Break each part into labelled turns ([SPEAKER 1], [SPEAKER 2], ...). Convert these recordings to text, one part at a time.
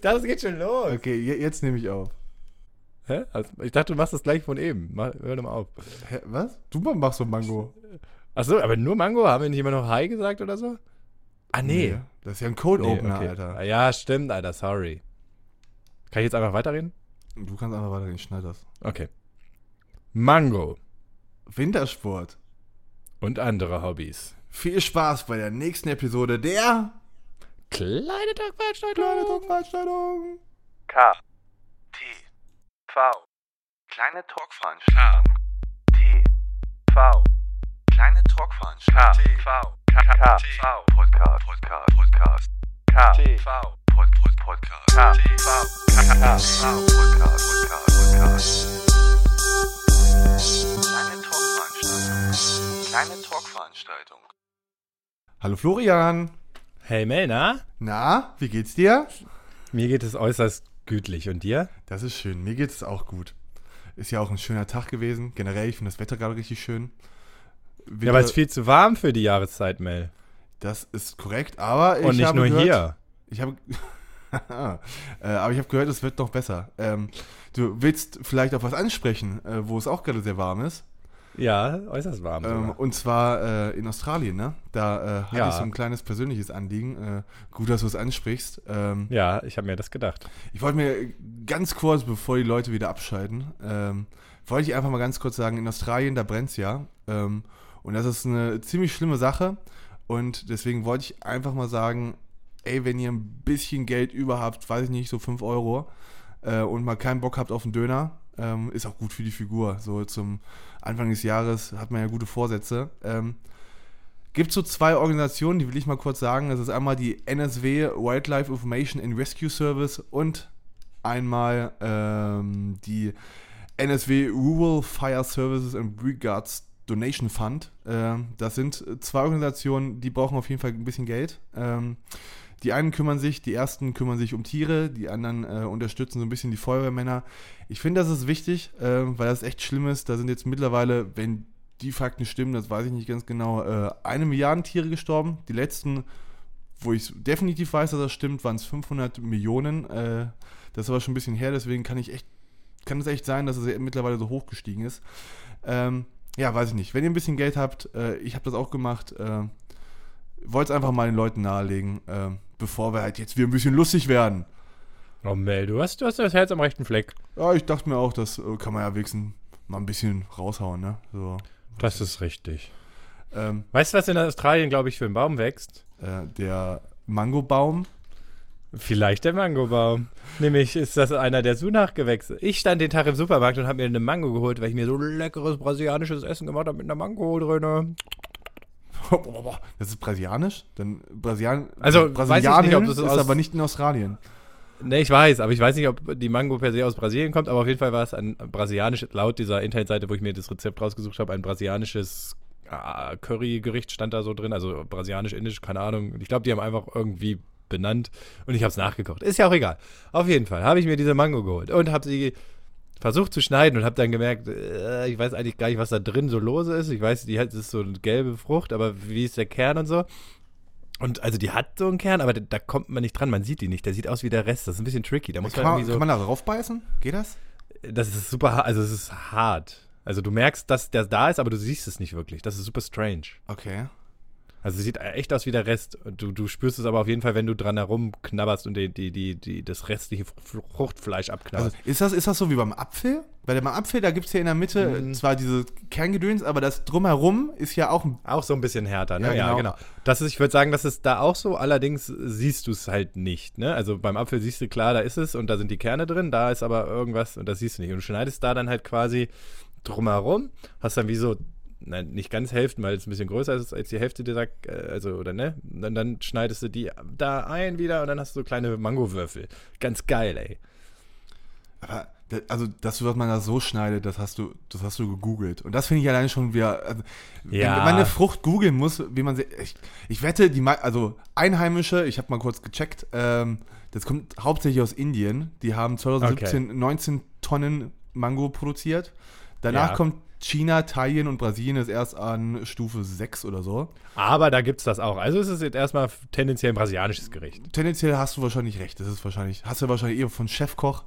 [SPEAKER 1] Das geht schon los.
[SPEAKER 2] Okay, je- jetzt nehme ich auf.
[SPEAKER 1] Hä? Also, ich dachte, du machst das gleich von eben. Mach, hör doch mal auf.
[SPEAKER 2] Hä, was? Du machst so Mango.
[SPEAKER 1] Achso, aber nur Mango? Haben wir nicht immer noch Hi gesagt oder so? Ah, nee.
[SPEAKER 2] Das ist ja ein Cold
[SPEAKER 1] Nee,
[SPEAKER 2] Opener,
[SPEAKER 1] okay.
[SPEAKER 2] Alter.
[SPEAKER 1] Ah, Ja, stimmt, Alter, sorry. Kann ich jetzt einfach weiterreden?
[SPEAKER 2] Du kannst einfach weitergehen, ich schneid das.
[SPEAKER 1] Okay. Mango
[SPEAKER 2] Wintersport.
[SPEAKER 1] und andere Hobbys.
[SPEAKER 2] Viel Spaß bei der nächsten Episode der
[SPEAKER 1] Kleine
[SPEAKER 2] Kleine
[SPEAKER 1] Talkveranstaltung.
[SPEAKER 2] Talkveranstaltung.
[SPEAKER 3] K. T. V. Kleine Talkveranstaltung. T. V. Kleine Talkveranstaltung. K. V. K. K. V. Podcast. Podcast. Podcast. K. T. V. Pod, Pod, Podcast. K. T. V. K. K. K. V. Podcast. Podcast. Podcast. Kleine Talkveranstaltung. Kleine Talkveranstaltung.
[SPEAKER 2] Hallo Florian.
[SPEAKER 1] Hey Melna,
[SPEAKER 2] Na, wie geht's dir?
[SPEAKER 1] mir geht es äußerst gütlich. Und dir?
[SPEAKER 2] Das ist schön. Mir geht's auch gut. Ist ja auch ein schöner Tag gewesen. Generell, ich finde das Wetter gerade richtig schön.
[SPEAKER 1] Ja, aber es ist viel zu warm für die Jahreszeit, Mel.
[SPEAKER 2] das ist korrekt, aber ich
[SPEAKER 1] Und nicht
[SPEAKER 2] habe
[SPEAKER 1] nur
[SPEAKER 2] gehört,
[SPEAKER 1] hier.
[SPEAKER 2] Ich habe. äh, aber ich habe gehört, es wird noch besser. Ähm, du willst vielleicht auf was ansprechen, äh, wo es auch gerade sehr warm ist.
[SPEAKER 1] Ja, äußerst warm.
[SPEAKER 2] Ähm,
[SPEAKER 1] sogar.
[SPEAKER 2] und zwar äh, in Australien, ne? Da äh, hatte
[SPEAKER 1] Ja.
[SPEAKER 2] ich so ein kleines persönliches Anliegen. Äh, gut, dass du es ansprichst. Ähm,
[SPEAKER 1] ja, ich habe mir das gedacht.
[SPEAKER 2] Ich wollte mir ganz kurz, bevor die Leute wieder abschalten, ähm, wollte ich einfach mal ganz kurz sagen, in Australien, da brennt's ja. Ähm, und das ist eine ziemlich schlimme Sache. Und deswegen wollte ich einfach mal sagen, ey, wenn ihr ein bisschen Geld über habt, weiß ich nicht, so 5 Euro, äh, und mal keinen Bock habt auf einen Döner, ähm, ist auch gut für die Figur. So zum Anfang des Jahres hat man ja gute Vorsätze. Ähm, gibt so zwei Organisationen, die will ich mal kurz sagen. Das ist einmal die NSW Wildlife Information and Rescue Service und einmal ähm, die NSW Rural Fire Services and Regards Donation Fund. Ähm, das sind zwei Organisationen, die brauchen auf jeden Fall ein bisschen Geld. Ähm, die einen kümmern sich, die ersten kümmern sich um Tiere, die anderen äh, unterstützen so ein bisschen die Feuerwehrmänner. Ich finde, das ist wichtig, äh, weil das echt schlimm ist. Da sind jetzt mittlerweile, wenn die Fakten stimmen, das weiß ich nicht ganz genau, äh, eine Milliarde Tiere gestorben. Die letzten, wo ich definitiv weiß, dass das stimmt, waren es 500 Millionen. Äh, das ist aber schon ein bisschen her, deswegen kann ich echt, kann es echt sein, dass es mittlerweile so hoch gestiegen ist. Ähm, ja, weiß ich nicht. Wenn ihr ein bisschen Geld habt, äh, ich habe das auch gemacht. Äh, wollte es einfach mal den Leuten nahelegen, äh, bevor wir halt jetzt wieder ein bisschen lustig werden.
[SPEAKER 1] Oh, Mel, du hast, du hast das Herz am rechten Fleck.
[SPEAKER 2] Ja, ich dachte mir auch, das äh, kann man ja wenigstens mal ein bisschen raushauen, ne? So.
[SPEAKER 1] Das ist richtig.
[SPEAKER 2] Ähm,
[SPEAKER 1] Weißt du, was in Australien, glaube ich, für ein Baum wächst?
[SPEAKER 2] äh, der Mangobaum.
[SPEAKER 1] Vielleicht der Mangobaum. Nämlich ist das einer der Sunach-Gewächse. Ich stand den Tag im Supermarkt und habe mir eine Mango geholt, weil ich mir so leckeres brasilianisches Essen gemacht habe mit einer Mango drin.
[SPEAKER 2] Das ist brasilianisch? Dann Brasilian
[SPEAKER 1] Also, weiß ich
[SPEAKER 2] Brasilianien
[SPEAKER 1] nicht, ob das
[SPEAKER 2] ist
[SPEAKER 1] aus-
[SPEAKER 2] aber nicht in Australien.
[SPEAKER 1] Ne, ich weiß, aber ich weiß nicht, ob die Mango per se aus Brasilien kommt, aber auf jeden Fall war es ein brasilianisch, laut dieser Internetseite, wo ich mir das Rezept rausgesucht habe, ein brasilianisches ah, Curry-Gericht stand da so drin, also brasilianisch-indisch, keine Ahnung. Ich glaube, die haben einfach irgendwie benannt und ich habe es nachgekocht. Ist ja auch egal. Auf jeden Fall habe ich mir diese Mango geholt und habe sie versucht zu schneiden und habe dann gemerkt, äh, ich weiß eigentlich gar nicht, was da drin so lose ist. Ich weiß, die hat das ist so eine gelbe Frucht, aber wie ist der Kern und so? Und also die hat so einen Kern, aber da- da kommt man nicht dran, man sieht die nicht. Der sieht aus wie der Rest. Das ist ein bisschen tricky. Da muss
[SPEAKER 2] Kann
[SPEAKER 1] man,
[SPEAKER 2] man,
[SPEAKER 1] irgendwie so.
[SPEAKER 2] kann man da raufbeißen? Geht das?
[SPEAKER 1] das ist super, har- also es ist hart. Also du merkst, dass der da ist, aber du siehst es nicht wirklich. Das ist super strange.
[SPEAKER 2] Okay.
[SPEAKER 1] Also es sieht echt aus wie der Rest. Und Du, du spürst es aber auf jeden Fall, wenn du dran herumknabberst und die, die, die, die, das restliche Fr- Fruchtfleisch abknabberst.
[SPEAKER 2] Also ist das, ist das so wie beim Apfel? Weil beim Apfel, da gibt es ja in der Mitte
[SPEAKER 1] Mhm.
[SPEAKER 2] äh, zwar diese Kerngedöns, aber das drumherum ist ja auch ein.
[SPEAKER 1] Auch so ein bisschen härter, ne? Ja,
[SPEAKER 2] Ja,
[SPEAKER 1] genau.
[SPEAKER 2] genau.
[SPEAKER 1] Das ist, ich würde sagen, das ist da auch so, allerdings siehst du es halt nicht, ne? Also beim Apfel siehst du klar, da ist es und da sind die Kerne drin, da ist aber irgendwas und das siehst du nicht. Und du schneidest da dann halt quasi drumherum, hast dann wie so, nein, nicht ganz Hälften, weil es ein bisschen größer ist als die Hälfte dieser, äh, also, oder ne? Dann, dann schneidest du die da ein wieder und dann hast du so kleine Mangowürfel. Ganz geil, ey.
[SPEAKER 2] Aber, da- also, dass du, dass man das so schneidet, das hast du, das hast du gegoogelt. Und das finde ich alleine schon wieder. Also, wenn-
[SPEAKER 1] Ja.
[SPEAKER 2] Wenn man eine Frucht googeln muss, wie man sie. Ich, ich wette, die mei- also Einheimische, ich habe mal kurz gecheckt, ähm, das kommt hauptsächlich aus Indien. Die haben 2017 19 Tonnen Mango produziert. Danach
[SPEAKER 1] Ja.
[SPEAKER 2] kommt China, Thailand und Brasilien ist erst an Stufe 6 oder so.
[SPEAKER 1] Aber da gibt es das auch. Also es ist jetzt erstmal tendenziell ein brasilianisches Gericht.
[SPEAKER 2] Tendenziell hast du wahrscheinlich recht. Das ist wahrscheinlich, hast du wahrscheinlich eben von Chefkoch.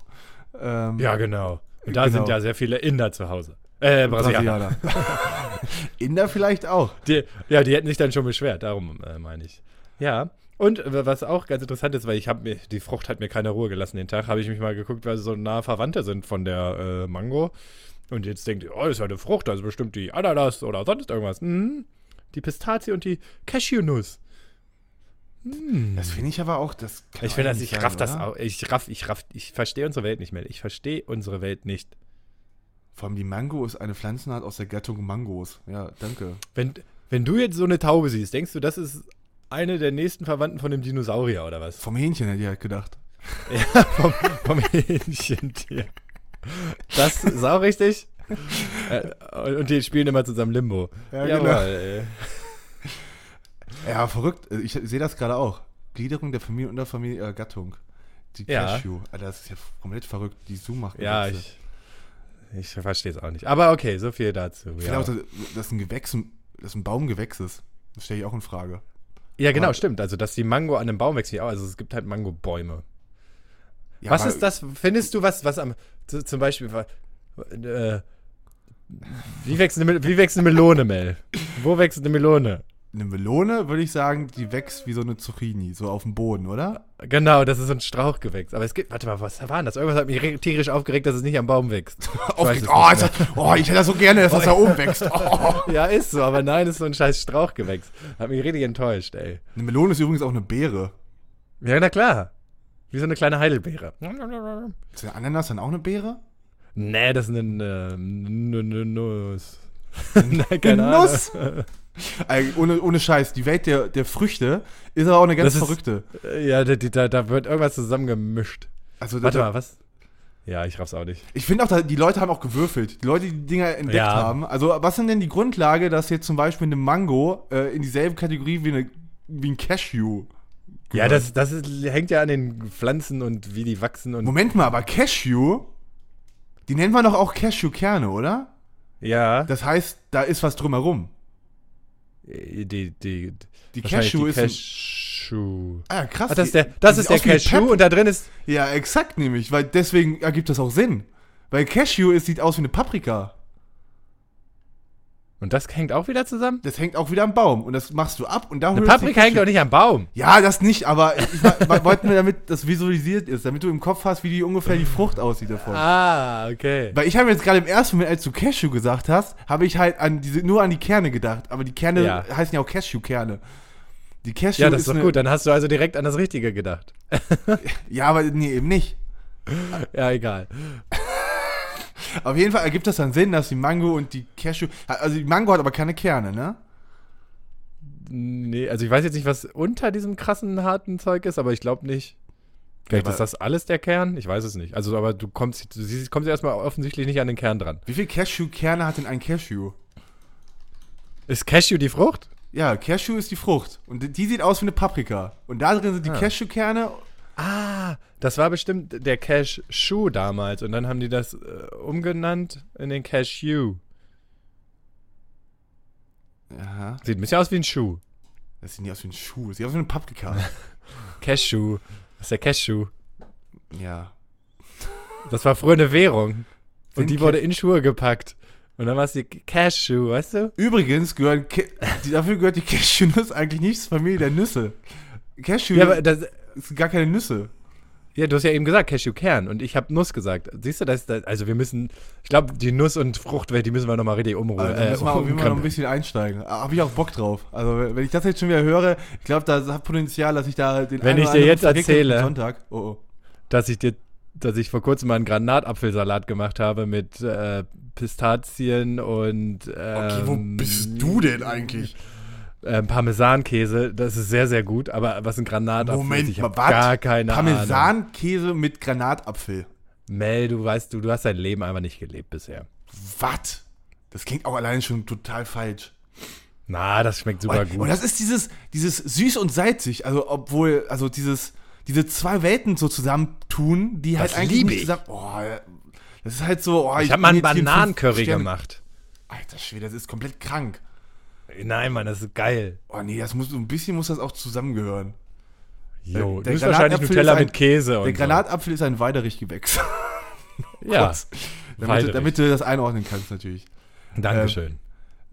[SPEAKER 2] Ähm,
[SPEAKER 1] Ja, genau. Und da
[SPEAKER 2] Genau.
[SPEAKER 1] sind ja sehr viele Inder zu Hause. Äh, Brasilianer.
[SPEAKER 2] Brasilianer. Inder vielleicht auch.
[SPEAKER 1] Die, ja, die hätten sich dann schon beschwert, darum äh, meine ich. Ja. Und äh, was auch ganz interessant ist, weil ich habe mir, die Frucht hat mir keine Ruhe gelassen den Tag, habe ich mich mal geguckt, weil sie so nah Verwandte sind von der äh, Mango. Und jetzt denkt ihr, oh, das ist ja eine Frucht, also bestimmt die Ananas oder sonst irgendwas. Mhm. Die Pistazie und die Cashewnuss.
[SPEAKER 2] Das finde ich aber auch, das kann
[SPEAKER 1] Ich finde das,
[SPEAKER 2] eigentlich
[SPEAKER 1] ich
[SPEAKER 2] sein,
[SPEAKER 1] raff das
[SPEAKER 2] oder?
[SPEAKER 1] auch. Ich raff, ich raff, ich verstehe unsere Welt nicht mehr. Ich verstehe unsere Welt nicht.
[SPEAKER 2] Vor allem die Mango ist eine Pflanzenart aus der Gattung Mangos. Ja, danke.
[SPEAKER 1] Wenn, wenn du jetzt so eine Taube siehst, denkst du, das ist eine der nächsten Verwandten von dem Dinosaurier oder was?
[SPEAKER 2] Vom Hähnchen hätte ich halt gedacht.
[SPEAKER 1] Ja, vom, vom Hähnchentier. Das ist auch richtig. Äh, und die spielen immer zusammen Limbo.
[SPEAKER 2] Ja, genau.
[SPEAKER 1] Jawohl,
[SPEAKER 2] Ja, verrückt. Also Ich sehe das gerade auch. Gliederung der Familie und der Familie äh, Gattung. Die
[SPEAKER 1] Ja.
[SPEAKER 2] Cashew. Alter, das ist ja komplett verrückt. Die Zoom macht
[SPEAKER 1] äh, Ja,
[SPEAKER 2] Gewächse.
[SPEAKER 1] ich, ich verstehe es auch nicht. Aber okay, so viel dazu.
[SPEAKER 2] Ich finde
[SPEAKER 1] Ja,
[SPEAKER 2] auch, dass, dass ein Gewächs, ein- dass ein Baum Gewächs ist. Das stelle ich auch in Frage.
[SPEAKER 1] ja genau,
[SPEAKER 2] aber-
[SPEAKER 1] stimmt. Also, dass die Mango an einem Baum wächst, ja, also es gibt halt Mangobäume.
[SPEAKER 2] Ja,
[SPEAKER 1] was
[SPEAKER 2] aber
[SPEAKER 1] ist das? Findest du was, was am, z- zum Beispiel, wa- äh, wie wächst eine, Mel- wie wächst eine Melone, Mel? Wo wächst eine Melone?
[SPEAKER 2] Eine Melone, würde ich sagen, die wächst wie so eine Zucchini, so auf dem Boden, oder?
[SPEAKER 1] Genau, das ist so ein Strauchgewächs. Aber es gibt, warte mal, was war das? Irgendwas hat mich re- tierisch aufgeregt, dass es nicht am Baum wächst.
[SPEAKER 2] Aufgeregt.
[SPEAKER 1] es
[SPEAKER 2] Oh,
[SPEAKER 1] nicht
[SPEAKER 2] ist das, oh, ich hätte das so gerne, dass das da oben wächst. Oh.
[SPEAKER 1] Ja, ist so, aber nein, ist so ein scheiß Strauchgewächs. Hat mich richtig enttäuscht, ey.
[SPEAKER 2] Eine Melone ist übrigens auch eine Beere.
[SPEAKER 1] Ja, na klar. Wie so eine kleine Heidelbeere.
[SPEAKER 2] Ist eine Ananas dann auch eine Beere?
[SPEAKER 1] Nee, das ist eine, eine, eine Nuss. Nein, keine
[SPEAKER 2] Eine Nuss?
[SPEAKER 1] Ahnung.
[SPEAKER 2] Ey, ohne, ohne Scheiß, die Welt der, der Früchte ist aber auch eine ganz
[SPEAKER 1] Das ist-
[SPEAKER 2] verrückte.
[SPEAKER 1] Ja, da, da, da wird irgendwas zusammengemischt.
[SPEAKER 2] Also,
[SPEAKER 1] Warte
[SPEAKER 2] da-
[SPEAKER 1] mal, was? Ja, ich raff's auch nicht.
[SPEAKER 2] Ich finde auch, da- die Leute haben auch gewürfelt. Die Leute, die die Dinger entdeckt
[SPEAKER 1] Ja.
[SPEAKER 2] haben. Also, was sind denn die Grundlage, dass jetzt zum Beispiel eine Mango äh, in dieselbe Kategorie wie, eine, wie ein Cashew?
[SPEAKER 1] Ja,
[SPEAKER 2] gehört?
[SPEAKER 1] das, das ist, hängt ja an den Pflanzen und wie die wachsen und.
[SPEAKER 2] Moment mal, aber Cashew, die nennen wir doch auch Cashewkerne, oder?
[SPEAKER 1] Ja.
[SPEAKER 2] Das heißt, da ist was drumherum.
[SPEAKER 1] Die, Äh, die, die,
[SPEAKER 2] Die
[SPEAKER 1] wahrscheinlich
[SPEAKER 2] Cashew
[SPEAKER 1] die
[SPEAKER 2] ist ein-
[SPEAKER 1] Cashew.
[SPEAKER 2] Ah, ja, krass.
[SPEAKER 1] Ah, das ist
[SPEAKER 2] die-
[SPEAKER 1] der, das
[SPEAKER 2] die
[SPEAKER 1] ist der
[SPEAKER 2] sieht aus wie
[SPEAKER 1] Cashew
[SPEAKER 2] Pep-
[SPEAKER 1] und da drin ist.
[SPEAKER 2] Ja, exakt nämlich, weil deswegen ergibt das auch Sinn. Weil Cashew ist, sieht aus wie eine Paprika.
[SPEAKER 1] Und das hängt auch wieder zusammen?
[SPEAKER 2] Das hängt auch wieder am Baum und das machst du ab und da
[SPEAKER 1] Eine
[SPEAKER 2] holst du
[SPEAKER 1] Paprika hängt
[SPEAKER 2] Cashew-
[SPEAKER 1] doch nicht am Baum.
[SPEAKER 2] Ja, das nicht, aber ich wa- wa- wollte mir damit, das visualisiert ist, damit du im Kopf hast, wie die ungefähr die Frucht aussieht davon.
[SPEAKER 1] Ah, okay.
[SPEAKER 2] Weil ich habe jetzt gerade im ersten Moment, als du Cashew gesagt hast, habe ich halt an diese, nur an die Kerne gedacht. Aber die Kerne
[SPEAKER 1] Ja.
[SPEAKER 2] heißen ja auch Cashewkerne. Die Cashew
[SPEAKER 1] Ja, das ist doch
[SPEAKER 2] eine,
[SPEAKER 1] gut. Dann hast du also direkt an das Richtige gedacht.
[SPEAKER 2] Ja, aber nee, eben nicht.
[SPEAKER 1] Ja, egal.
[SPEAKER 2] Auf jeden Fall ergibt das dann Sinn, dass die Mango und die Cashew. Also die Mango hat aber keine Kerne, ne?
[SPEAKER 1] Nee, also ich weiß jetzt nicht, was unter diesem krassen, harten Zeug ist, aber ich glaube nicht. Vielleicht
[SPEAKER 2] aber-
[SPEAKER 1] ist das alles der Kern? Ich weiß es nicht. Also, aber du kommst, du siehst, kommst erstmal offensichtlich nicht an den Kern dran.
[SPEAKER 2] Wie viel Cashewkerne hat denn ein Cashew?
[SPEAKER 1] Ist Cashew die Frucht?
[SPEAKER 2] Ja, Cashew ist die Frucht. Und die- die sieht aus wie eine Paprika. Und da drin sind die
[SPEAKER 1] Ah.
[SPEAKER 2] Cashewkerne.
[SPEAKER 1] Ah, das war bestimmt der Cashew damals und dann haben die das äh, umgenannt in den Cashew.
[SPEAKER 2] Aha.
[SPEAKER 1] Sieht ein bisschen aus wie ein Schuh.
[SPEAKER 2] Das sieht nicht aus wie ein Schuh, das sieht aus wie eine Paprika.
[SPEAKER 1] Cashew. Das ist der Cashew.
[SPEAKER 2] ja.
[SPEAKER 1] Das war früher eine Währung. Und
[SPEAKER 2] Sind
[SPEAKER 1] die
[SPEAKER 2] Ca-
[SPEAKER 1] wurde in Schuhe gepackt. Und dann war es die Cashew, weißt du?
[SPEAKER 2] Übrigens gehören Ca- die, dafür gehört die Cashewnuss eigentlich nicht zur Familie der Nüsse. Cashew
[SPEAKER 1] Ja, aber das,
[SPEAKER 2] sind gar keine Nüsse.
[SPEAKER 1] ja, du hast ja eben gesagt, Cashewkern. Und ich habe Nuss gesagt. Siehst du, das, das also wir müssen, ich glaube, die Nuss- und Fruchtwelt, die müssen wir nochmal richtig umruhen.
[SPEAKER 2] Also, da müssen
[SPEAKER 1] oh,
[SPEAKER 2] wir auch immer noch ein bisschen einsteigen. Ah, Hab ich auch Bock drauf. Also wenn wenn ich das jetzt schon wieder höre, ich glaube, da hat Potenzial, dass ich da den
[SPEAKER 1] Wenn
[SPEAKER 2] einen
[SPEAKER 1] ich
[SPEAKER 2] oder
[SPEAKER 1] dir
[SPEAKER 2] anderen
[SPEAKER 1] jetzt
[SPEAKER 2] verwickelten
[SPEAKER 1] erzähle.
[SPEAKER 2] Sonntag. Oh, oh.
[SPEAKER 1] dass ich dir, dass ich vor kurzem mal einen Granatapfelsalat gemacht habe mit äh, Pistazien und ähm,
[SPEAKER 2] denn eigentlich?
[SPEAKER 1] Ähm, Parmesankäse. Das ist sehr, sehr gut, aber was ein Granatapfel
[SPEAKER 2] Moment,
[SPEAKER 1] ist, ich
[SPEAKER 2] mal
[SPEAKER 1] habe
[SPEAKER 2] was?
[SPEAKER 1] gar keine Ahnung.
[SPEAKER 2] Parmesankäse mit Granatapfel.
[SPEAKER 1] Mel, du weißt, du, du hast dein Leben einfach nicht gelebt bisher.
[SPEAKER 2] Was? Das klingt auch allein schon total falsch.
[SPEAKER 1] Na, das schmeckt super
[SPEAKER 2] Und,
[SPEAKER 1] gut.
[SPEAKER 2] und das ist dieses, dieses süß und salzig, also obwohl, also dieses, diese zwei Welten so zusammentun, die halt
[SPEAKER 1] Das
[SPEAKER 2] eigentlich
[SPEAKER 1] liebe
[SPEAKER 2] nicht
[SPEAKER 1] ich.
[SPEAKER 2] zusammen. Oh, das ist halt so, oh,
[SPEAKER 1] ich habe mal einen
[SPEAKER 2] bin jetzt hier fünf
[SPEAKER 1] Bananencurry
[SPEAKER 2] Sterne-
[SPEAKER 1] gemacht.
[SPEAKER 2] Alter Schwede, das ist komplett krank.
[SPEAKER 1] Nein, Mann, das ist geil.
[SPEAKER 2] Oh nee, das muss, so ein bisschen muss das auch zusammengehören.
[SPEAKER 1] Jo,
[SPEAKER 2] Äh, der
[SPEAKER 1] Oh, das ist wahrscheinlich
[SPEAKER 2] Granatapfel
[SPEAKER 1] Nutella
[SPEAKER 2] ist ein-
[SPEAKER 1] mit Käse.
[SPEAKER 2] Der
[SPEAKER 1] und
[SPEAKER 2] Granatapfel ist ein Weiderich-Gewächs.
[SPEAKER 1] so. Ja,
[SPEAKER 2] Kurz. damit, du-
[SPEAKER 1] Weiderich.
[SPEAKER 2] damit du das einordnen kannst natürlich. Ähm,
[SPEAKER 1] Dankeschön.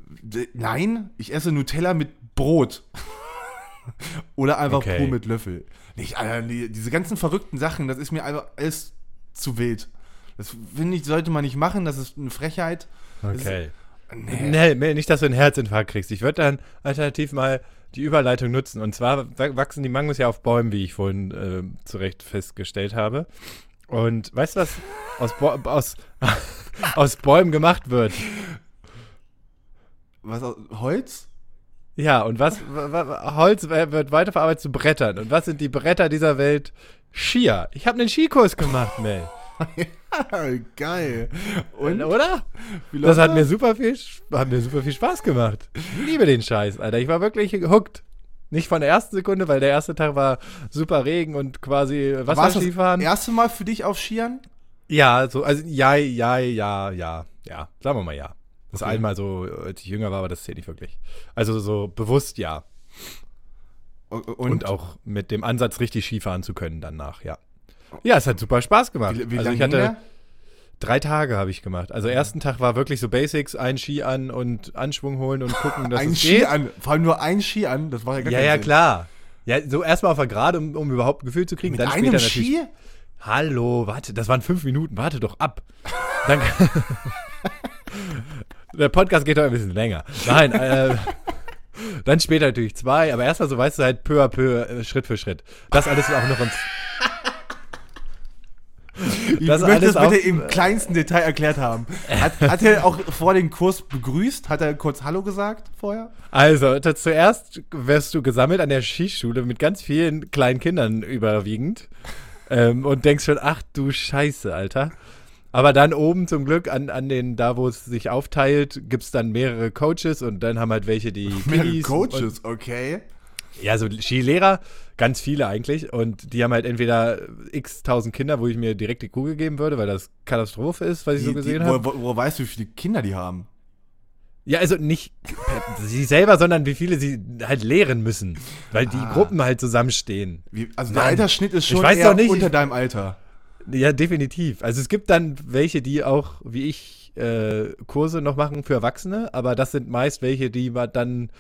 [SPEAKER 2] D- Nein, ich esse Nutella mit Brot. Oder einfach
[SPEAKER 1] Okay.
[SPEAKER 2] pur mit Löffel. Nicht, Alter, nee, diese ganzen verrückten Sachen, das ist mir einfach alles zu wild. Das finde ich, sollte man nicht machen, das ist eine Frechheit.
[SPEAKER 1] Okay.
[SPEAKER 2] Nee.
[SPEAKER 1] Nee, nee, nicht, dass du einen Herzinfarkt kriegst. Ich würde dann alternativ mal die Überleitung nutzen. Und zwar wa- wachsen die Mangos ja auf Bäumen, wie ich vorhin äh, zu Recht festgestellt habe. Und weißt du, was aus, Bo aus, aus Bäumen gemacht wird?
[SPEAKER 2] Was, aus- Holz?
[SPEAKER 1] Ja, und was wa- wa- Holz w- wird weiterverarbeitet zu Brettern. Und was sind die Bretter dieser Welt? Skier. Ich habe einen Skikurs gemacht, Mel.
[SPEAKER 2] Geil. Und?
[SPEAKER 1] Oder?
[SPEAKER 2] Wie
[SPEAKER 1] Das
[SPEAKER 2] läuft
[SPEAKER 1] hat mir super viel, Sch- hat mir super viel Spaß gemacht. Ich liebe den Scheiß, Alter. Ich war wirklich hooked. Nicht von der ersten Sekunde, weil der erste Tag war super Regen und quasi
[SPEAKER 2] War's das
[SPEAKER 1] Wasserskifahren.
[SPEAKER 2] erste Mal für dich auf Skiern?
[SPEAKER 1] Ja, so, also ja, ja, ja, ja, ja. Sagen wir mal ja. Das
[SPEAKER 2] Okay.
[SPEAKER 1] einmal so, als ich jünger war, aber das zählt nicht wirklich. Also so bewusst ja.
[SPEAKER 2] O- o-
[SPEAKER 1] Und, auch mit dem Ansatz, richtig Skifahren zu können danach, ja. Ja, es hat super Spaß gemacht.
[SPEAKER 2] Wie, wie
[SPEAKER 1] also
[SPEAKER 2] lange
[SPEAKER 1] ich
[SPEAKER 2] ging
[SPEAKER 1] hatte
[SPEAKER 2] der?
[SPEAKER 1] drei Tage habe ich gemacht. Also ersten Tag war wirklich so Basics, einen Ski an und Anschwung holen und gucken, dass
[SPEAKER 2] Ein
[SPEAKER 1] es
[SPEAKER 2] Ski
[SPEAKER 1] geht.
[SPEAKER 2] an. Vor allem nur ein Ski an. Das war ja gar
[SPEAKER 1] Ja,
[SPEAKER 2] keinen
[SPEAKER 1] ja,
[SPEAKER 2] Sinn.
[SPEAKER 1] klar. Ja, so erstmal auf der Gerade, um, um überhaupt ein Gefühl zu kriegen.
[SPEAKER 2] Mit
[SPEAKER 1] dann
[SPEAKER 2] einem
[SPEAKER 1] später natürlich.
[SPEAKER 2] Ski?
[SPEAKER 1] Hallo, warte, das waren fünf Minuten, warte doch ab. Dann, der Podcast geht doch ein bisschen länger. Nein, äh, dann später natürlich zwei, aber erstmal so weißt du halt peu à peu, äh, Schritt für Schritt. Das alles auch noch ins.
[SPEAKER 2] Ich
[SPEAKER 1] Das
[SPEAKER 2] möchte
[SPEAKER 1] alles
[SPEAKER 2] das bitte
[SPEAKER 1] auch-
[SPEAKER 2] im kleinsten Detail erklärt haben. Hat, hat er auch vor den Kurs begrüßt? Hat er kurz Hallo gesagt vorher?
[SPEAKER 1] Also, das, zuerst wirst du gesammelt an der Skischule mit ganz vielen kleinen Kindern überwiegend ähm, und denkst schon, ach du Scheiße, Alter. Aber dann oben zum Glück an, an den, da wo es sich aufteilt, gibt es dann mehrere Coaches und dann haben halt welche die Kiddies Und,
[SPEAKER 2] okay.
[SPEAKER 1] ja, so Skilehrer, ganz viele eigentlich und die haben halt entweder x tausend Kinder, wo ich mir direkt die Kugel geben würde, weil das Katastrophe ist, was ich so
[SPEAKER 2] Die- die-
[SPEAKER 1] gesehen habe.
[SPEAKER 2] wo, wo, wo weißt du, wie viele Kinder die haben?
[SPEAKER 1] Ja, also nicht per- sie selber, sondern wie viele sie halt lehren müssen, weil die
[SPEAKER 2] Ah.
[SPEAKER 1] Gruppen halt zusammenstehen.
[SPEAKER 2] Wie, also der
[SPEAKER 1] Mann.
[SPEAKER 2] Altersschnitt ist schon
[SPEAKER 1] Ich weiß
[SPEAKER 2] eher
[SPEAKER 1] doch nicht.
[SPEAKER 2] unter deinem Alter.
[SPEAKER 1] Ja, definitiv. Also es gibt dann welche, die auch, wie ich, äh, Kurse noch machen für Erwachsene, aber das sind meist welche, die man dann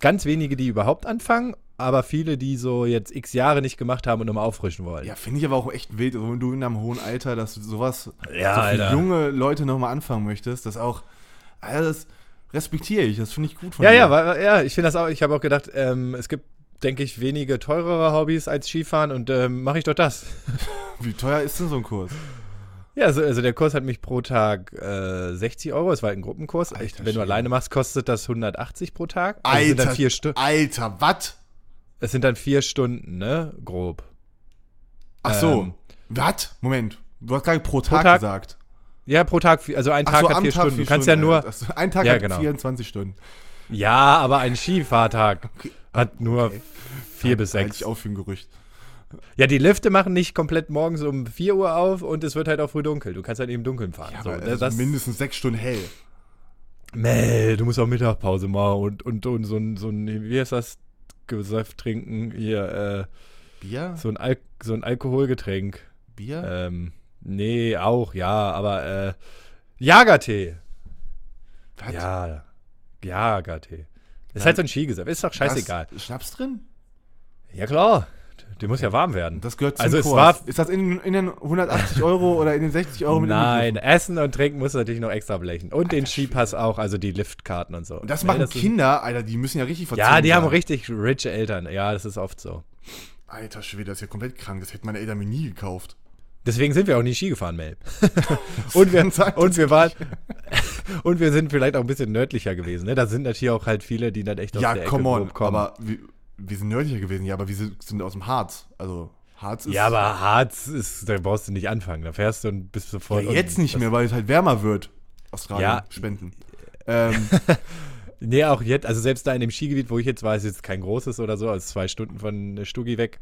[SPEAKER 1] ganz wenige, die überhaupt anfangen, aber viele, die so jetzt x Jahre nicht gemacht haben und nochmal auffrischen wollen.
[SPEAKER 2] Ja, finde ich aber auch echt wild, wenn du in einem hohen Alter, dass du sowas
[SPEAKER 1] Ja,
[SPEAKER 2] so für
[SPEAKER 1] Alter.
[SPEAKER 2] junge Leute nochmal anfangen möchtest, das auch, Alter, das respektiere ich, das finde ich gut von
[SPEAKER 1] Ja,
[SPEAKER 2] dir.
[SPEAKER 1] ja, wa- ja, ich finde das auch, ich habe auch gedacht, ähm, es gibt, denke ich, wenige teurere Hobbys als Skifahren und ähm, mache ich doch das.
[SPEAKER 2] Wie teuer ist denn so ein Kurs?
[SPEAKER 1] Ja, also, also der Kurs hat mich pro Tag äh, 60 Euro, es war halt ein Gruppenkurs.
[SPEAKER 2] Alter
[SPEAKER 1] ich, wenn
[SPEAKER 2] Schwede.
[SPEAKER 1] du alleine machst, kostet das 180 pro Tag. Also es sind dann vier Stu-
[SPEAKER 2] Alter, was?
[SPEAKER 1] Es sind dann vier Stunden, ne? Grob.
[SPEAKER 2] Ach so.
[SPEAKER 1] Ähm.
[SPEAKER 2] was? Moment. Du hast gerade pro Tag,
[SPEAKER 1] Tag.
[SPEAKER 2] gesagt.
[SPEAKER 1] Ja, pro Tag, vier- also ein
[SPEAKER 2] Ach
[SPEAKER 1] Tag
[SPEAKER 2] so,
[SPEAKER 1] hat
[SPEAKER 2] am
[SPEAKER 1] vier
[SPEAKER 2] Tag
[SPEAKER 1] Stunden.
[SPEAKER 2] vier
[SPEAKER 1] du kannst
[SPEAKER 2] Stunden,
[SPEAKER 1] ja
[SPEAKER 2] Alter.
[SPEAKER 1] nur.
[SPEAKER 2] Ach so, ein Tag
[SPEAKER 1] Ja,
[SPEAKER 2] hat
[SPEAKER 1] genau.
[SPEAKER 2] 24 Stunden.
[SPEAKER 1] Ja, aber ein Skifahrtag hat nur vier bis
[SPEAKER 2] Halte
[SPEAKER 1] sechs.
[SPEAKER 2] ich auch für ein Gerücht.
[SPEAKER 1] Ja, die Lifte machen nicht komplett morgens um 4 Uhr auf und es wird halt auch früh dunkel. Du kannst halt eben dunkeln fahren.
[SPEAKER 2] Ja,
[SPEAKER 1] so,
[SPEAKER 2] aber
[SPEAKER 1] ne,
[SPEAKER 2] also
[SPEAKER 1] das,
[SPEAKER 2] mindestens sechs Stunden hell.
[SPEAKER 1] Mel, du musst auch Mittagpause machen und, und, und so ein, so ein, wie heißt das? Gesöff trinken, hier,
[SPEAKER 2] Bier?
[SPEAKER 1] äh, so ein, Al so ein Alkoholgetränk.
[SPEAKER 2] Bier?
[SPEAKER 1] Ähm, nee, auch, ja, aber äh, Jagertee.
[SPEAKER 2] Was?
[SPEAKER 1] Ja, Jagertee. Ist
[SPEAKER 2] Ja.
[SPEAKER 1] halt so ein Skigesöff, ist doch scheißegal.
[SPEAKER 2] Da ist Schnaps drin?
[SPEAKER 1] Ja klar, der muss ja warm werden.
[SPEAKER 2] Das gehört zum
[SPEAKER 1] Also es
[SPEAKER 2] Kurs.
[SPEAKER 1] war-
[SPEAKER 2] ist das in, in den 180 Euro oder in den 60 Euro mit
[SPEAKER 1] Nein,
[SPEAKER 2] inbegriffen?
[SPEAKER 1] Essen und Trinken musst du natürlich noch extra blechen. Und den Skipass auch, also die Liftkarten und so.
[SPEAKER 2] Und das
[SPEAKER 1] Nee,
[SPEAKER 2] machen
[SPEAKER 1] ist-
[SPEAKER 2] Kinder, Alter, die müssen ja richtig verzogen
[SPEAKER 1] Ja, die haben
[SPEAKER 2] sein.
[SPEAKER 1] richtig rich Eltern. Ja, das ist oft so.
[SPEAKER 2] Alter Schwede, das ist ja komplett krank. Das hätten meine Eltern mir nie gekauft.
[SPEAKER 1] Deswegen sind wir auch nie Ski gefahren, Mel. und, wir,
[SPEAKER 2] kann sein,
[SPEAKER 1] und wir waren. und wir sind vielleicht auch ein bisschen nördlicher gewesen. Ne? Da sind natürlich auch halt viele, die dann echt aus
[SPEAKER 2] ja,
[SPEAKER 1] der
[SPEAKER 2] come
[SPEAKER 1] Ecke
[SPEAKER 2] on.
[SPEAKER 1] grob kommen.
[SPEAKER 2] Aber wir, wir sind nördlicher gewesen, ja, aber wir sind sind aus dem Harz. Also, Harz ist.
[SPEAKER 1] ja, aber Harz ist, da brauchst du nicht anfangen. Da fährst du und bist sofort.
[SPEAKER 2] Ja, jetzt
[SPEAKER 1] unten.
[SPEAKER 2] nicht mehr, weil es halt wärmer wird. Australien,
[SPEAKER 1] Ja.
[SPEAKER 2] Spenden. Ähm,
[SPEAKER 1] Nee, auch jetzt, also selbst da in dem Skigebiet, wo ich jetzt war, ist jetzt kein großes oder so, also zwei Stunden von Stugi weg.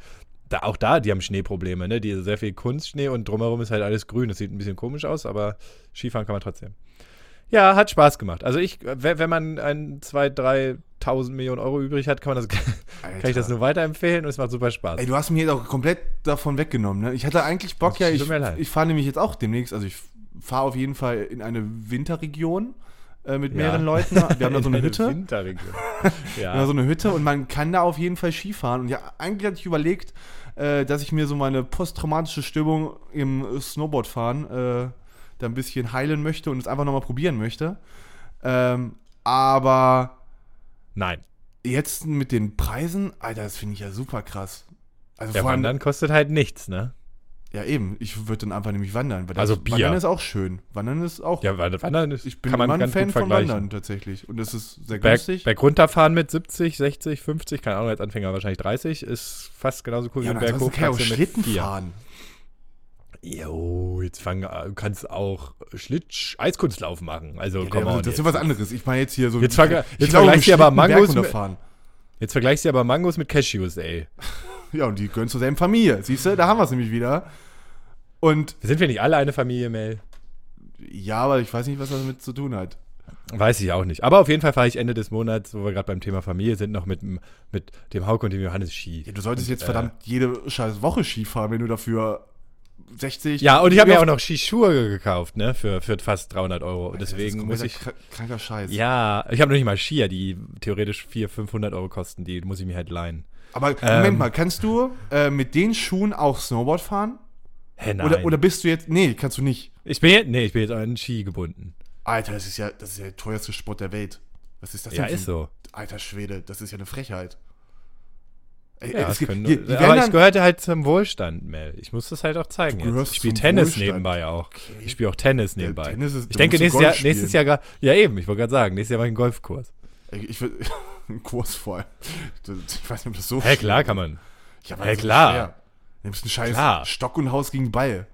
[SPEAKER 1] Da, auch da, die haben Schneeprobleme, ne? Die sehr viel Kunstschnee und drumherum ist halt alles grün. Das sieht ein bisschen komisch aus, aber Skifahren kann man trotzdem. Ja, hat Spaß gemacht. Also ich, wenn wenn man ein, zwei, drei tausend Millionen Euro übrig hat, kann, man das, kann ich das nur weiterempfehlen und es macht super Spaß.
[SPEAKER 2] Ey, du hast mir jetzt auch komplett davon weggenommen. Ne? Ich hatte eigentlich Bock,
[SPEAKER 1] Das
[SPEAKER 2] ja,
[SPEAKER 1] tut
[SPEAKER 2] ich,
[SPEAKER 1] mir leid.
[SPEAKER 2] ich fahre nämlich jetzt auch demnächst, also ich fahre auf jeden Fall in eine Winterregion äh, mit
[SPEAKER 1] Ja.
[SPEAKER 2] mehreren Leuten. Wir haben da
[SPEAKER 1] In
[SPEAKER 2] so eine
[SPEAKER 1] eine
[SPEAKER 2] Hütte. Also
[SPEAKER 1] Winterregion.
[SPEAKER 2] Ja,
[SPEAKER 1] ja.
[SPEAKER 2] so eine Hütte und man kann da auf jeden Fall Skifahren. Und ja, eigentlich hatte ich überlegt, äh, dass ich mir so meine posttraumatische Stimmung im Snowboardfahren äh, da ein bisschen heilen möchte und es einfach nochmal probieren möchte. Ähm, aber
[SPEAKER 1] Nein.
[SPEAKER 2] jetzt mit den Preisen, Alter, das finde ich ja super krass. Also
[SPEAKER 1] Der
[SPEAKER 2] vor allem,
[SPEAKER 1] Wandern kostet halt nichts, ne?
[SPEAKER 2] ja eben, ich würde dann einfach nämlich wandern. Weil das-
[SPEAKER 1] Also Bier.
[SPEAKER 2] Wandern ist auch schön. Wandern ist auch,
[SPEAKER 1] Ja, Wandern ist,
[SPEAKER 2] ich bin
[SPEAKER 1] kann man
[SPEAKER 2] immer ein
[SPEAKER 1] ganz
[SPEAKER 2] Fan
[SPEAKER 1] gut
[SPEAKER 2] von
[SPEAKER 1] vergleichen.
[SPEAKER 2] Wandern tatsächlich. Und das ist sehr
[SPEAKER 1] Berg,
[SPEAKER 2] günstig.
[SPEAKER 1] Berg runterfahren mit 70, 60, 50, keine Ahnung, als Anfänger wahrscheinlich 30, ist fast genauso cool
[SPEAKER 2] ja,
[SPEAKER 1] wie ein
[SPEAKER 2] und ansonsten
[SPEAKER 1] Berg
[SPEAKER 2] kann ich auch Schlitten fahren.
[SPEAKER 1] Jo, jetzt fang, äh, du kannst auch Schlitsch, Eiskunstlauf machen. Also,
[SPEAKER 2] Ja,
[SPEAKER 1] komm
[SPEAKER 2] aber
[SPEAKER 1] mal.
[SPEAKER 2] das
[SPEAKER 1] Jetzt,
[SPEAKER 2] ist ja was anderes. Ich meine jetzt hier so.
[SPEAKER 1] Jetzt verg- jetzt vergleich dir aber Mangos mit- jetzt vergleichst du aber Mangos mit Cashews, ey.
[SPEAKER 2] Ja, und die gehören zur selben Familie. Siehst du, da haben wir es nämlich wieder. Und
[SPEAKER 1] Sind wir nicht alle eine Familie, Mel?
[SPEAKER 2] ja, aber ich weiß nicht, was das damit zu tun hat.
[SPEAKER 1] Weiß ich auch nicht. Aber auf jeden Fall fahre ich Ende des Monats, wo wir gerade beim Thema Familie sind, noch mit, dem- mit dem Hauke und dem Johannes Ski.
[SPEAKER 2] Ja, du solltest jetzt
[SPEAKER 1] äh,
[SPEAKER 2] verdammt jede scheiß Woche Ski fahren, wenn du dafür 60.
[SPEAKER 1] äh, Ja, und ich habe ja auch noch Skischuhe gekauft, ne? Für, für fast 300 Euro.
[SPEAKER 2] Das ist
[SPEAKER 1] Deswegen muss
[SPEAKER 2] kompletter
[SPEAKER 1] ich.
[SPEAKER 2] kra- Kranker Scheiß.
[SPEAKER 1] Ja, ich habe noch nicht mal Skier, die theoretisch 400, 500 Euro kosten. Die muss ich mir halt leihen.
[SPEAKER 2] Aber
[SPEAKER 1] Ähm.
[SPEAKER 2] Moment mal, kannst du äh, mit den Schuhen auch Snowboard fahren?
[SPEAKER 1] Hä, nein.
[SPEAKER 2] Oder, oder bist du jetzt. Nee, kannst du nicht.
[SPEAKER 1] ich bin jetzt, nee, ich bin jetzt an einen Ski gebunden.
[SPEAKER 2] Alter, das ist ja, das ist ja der teuerste Sport der Welt. Was ist das
[SPEAKER 1] Ja,
[SPEAKER 2] denn für
[SPEAKER 1] ist
[SPEAKER 2] ein-
[SPEAKER 1] so.
[SPEAKER 2] Alter Schwede, das ist ja eine Frechheit. Ey,
[SPEAKER 1] Ja,
[SPEAKER 2] es
[SPEAKER 1] es
[SPEAKER 2] gibt-
[SPEAKER 1] können,
[SPEAKER 2] die- die werden
[SPEAKER 1] aber
[SPEAKER 2] dann-
[SPEAKER 1] ich gehörte halt zum Wohlstand, Mel. Ich muss das halt auch zeigen.
[SPEAKER 2] Du
[SPEAKER 1] Jetzt.
[SPEAKER 2] gehörst
[SPEAKER 1] Ich spiele
[SPEAKER 2] zum
[SPEAKER 1] Tennis
[SPEAKER 2] Wohlstand.
[SPEAKER 1] nebenbei auch. Ich spiele auch Tennis
[SPEAKER 2] Ja,
[SPEAKER 1] nebenbei.
[SPEAKER 2] Tennis ist-
[SPEAKER 1] ich
[SPEAKER 2] da
[SPEAKER 1] denke,
[SPEAKER 2] musst du
[SPEAKER 1] nächstes
[SPEAKER 2] Golf
[SPEAKER 1] Jahr, nächstes Jahr, gar- ja eben, ich wollte gerade sagen, nächstes Jahr mache ich einen Golfkurs.
[SPEAKER 2] Ey, Ich will einen Kurs voll. Ich weiß nicht, ob das so.
[SPEAKER 1] Hä, klar kann man.
[SPEAKER 2] Ja,
[SPEAKER 1] Hä, klar.
[SPEAKER 2] Nimmst einen scheiß
[SPEAKER 1] Klar.
[SPEAKER 2] Stock und Haus gegen Ball.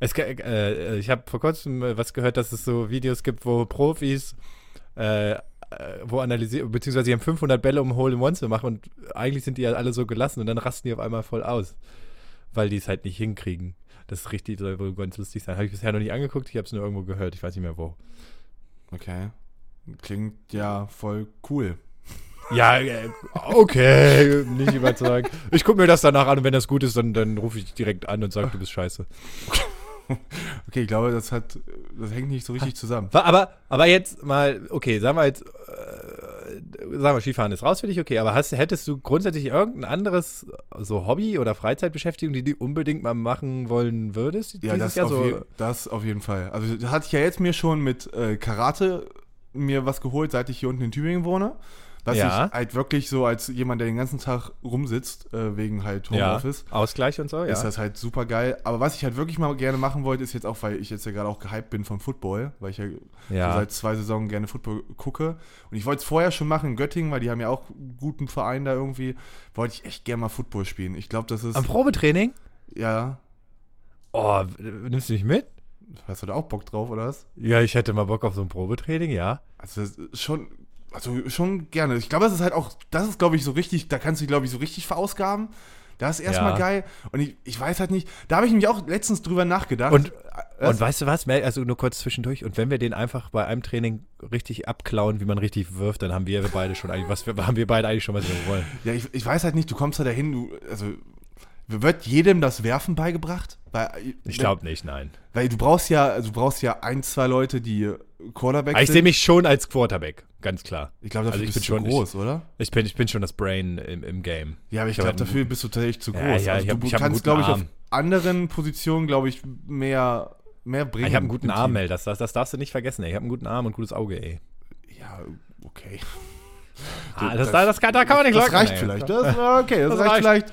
[SPEAKER 1] Es, ge- äh, ich habe vor kurzem äh, was gehört, dass es so Videos gibt, wo Profis, äh, äh, wo analysieren, beziehungsweise die haben 500 Bälle, um Hole in One zu machen und eigentlich sind die ja alle so gelassen und dann rasten die auf einmal voll aus, weil die es halt nicht hinkriegen. Das ist richtig, soll wohl ganz lustig sein. Habe ich bisher noch nicht angeguckt, ich habe es nur irgendwo gehört, ich weiß nicht mehr wo.
[SPEAKER 2] Okay. Klingt ja voll cool.
[SPEAKER 1] Ja, äh, okay, nicht überzeugt. Ich gucke mir das danach an und wenn das gut ist, dann, dann rufe ich dich direkt an und sage, du bist scheiße.
[SPEAKER 2] Okay, ich glaube, das hat. Das hängt nicht so richtig zusammen.
[SPEAKER 1] Wa- Aber, aber jetzt mal, okay, sagen wir jetzt, äh, sagen wir, Skifahren ist raus für dich, okay, aber hast, hättest du grundsätzlich irgendein anderes so Hobby oder Freizeitbeschäftigung, die du unbedingt mal machen wollen würdest?
[SPEAKER 2] Ja, das, auf je, das auf jeden Fall. Also da hatte ich ja jetzt mir schon mit äh, Karate mir was geholt, seit ich hier unten in Tübingen wohne. Dass
[SPEAKER 1] Ja.
[SPEAKER 2] ich halt wirklich so als jemand, der den ganzen Tag rumsitzt, äh, wegen halt
[SPEAKER 1] ja,
[SPEAKER 2] Homeoffice,
[SPEAKER 1] Ausgleich und so, ja.
[SPEAKER 2] ist das halt super geil. Aber was ich halt wirklich mal gerne machen wollte, ist jetzt auch, weil ich jetzt ja gerade auch gehypt bin vom Football, weil ich ja,
[SPEAKER 1] Ja.
[SPEAKER 2] So seit zwei Saisonen gerne Football gucke. Und ich wollte es vorher schon machen in Göttingen, weil die haben ja auch einen guten Verein da irgendwie. Wollte ich echt gerne mal Football spielen. Ich glaube, das ist.
[SPEAKER 1] Am Probetraining?
[SPEAKER 2] ja.
[SPEAKER 1] Oh, w- nimmst du mich mit?
[SPEAKER 2] Hast du da auch Bock drauf, oder was?
[SPEAKER 1] Ja, ich hätte mal Bock auf so ein Probetraining, ja.
[SPEAKER 2] Also das ist schon. Also schon gerne. Ich glaube, das ist halt auch, das ist, glaube ich, so richtig, da kannst du dich, glaube ich, so richtig verausgaben. Das ist erstmal
[SPEAKER 1] Ja.
[SPEAKER 2] geil. Und ich, ich weiß halt nicht, da habe ich mich auch letztens drüber nachgedacht.
[SPEAKER 1] Und-
[SPEAKER 2] Was?
[SPEAKER 1] Und weißt du was, Mel, also nur kurz zwischendurch, und wenn wir den einfach bei einem Training richtig abklauen, wie man richtig wirft, dann haben wir beide schon eigentlich, was wir, haben wir beide eigentlich schon, was wir wollen.
[SPEAKER 2] Ja, ich, ich weiß halt nicht, du kommst da dahin, du, also wird jedem das Werfen beigebracht? Weil,
[SPEAKER 1] Ich glaube nicht, nein.
[SPEAKER 2] Weil du brauchst ja, also du brauchst ja ein, zwei Leute, die Quarterback
[SPEAKER 1] Aber Ah, ich sehe
[SPEAKER 2] sind.
[SPEAKER 1] mich schon als Quarterback, ganz klar.
[SPEAKER 2] Ich glaube, dafür
[SPEAKER 1] also ich
[SPEAKER 2] bist
[SPEAKER 1] bin
[SPEAKER 2] du
[SPEAKER 1] schon-
[SPEAKER 2] groß, oder?
[SPEAKER 1] Ich bin, ich bin schon das Brain im, im Game.
[SPEAKER 2] Ja, aber ich
[SPEAKER 1] hab
[SPEAKER 2] glaube,
[SPEAKER 1] halt einen
[SPEAKER 2] dafür bist du tatsächlich zu groß.
[SPEAKER 1] Ja, ja, ich
[SPEAKER 2] also,
[SPEAKER 1] hab-
[SPEAKER 2] du
[SPEAKER 1] ich hab einen
[SPEAKER 2] kannst,
[SPEAKER 1] guten
[SPEAKER 2] glaube ich, auf
[SPEAKER 1] Arm.
[SPEAKER 2] anderen Positionen, glaube ich, mehr, mehr bringen.
[SPEAKER 1] Ah, ich habe einen guten
[SPEAKER 2] im
[SPEAKER 1] Arm,
[SPEAKER 2] Team.
[SPEAKER 1] Mel. Das, das, das darfst du nicht vergessen, ey. Ich habe einen guten Arm und gutes Auge, ey.
[SPEAKER 2] Ja, okay.
[SPEAKER 1] Ah, das, das, das, kann, da kann man nicht
[SPEAKER 2] Das
[SPEAKER 1] leugnen.
[SPEAKER 2] reicht
[SPEAKER 1] ey.
[SPEAKER 2] vielleicht. Das, ah, okay, das,
[SPEAKER 1] Das
[SPEAKER 2] reicht,
[SPEAKER 1] reicht.
[SPEAKER 2] vielleicht.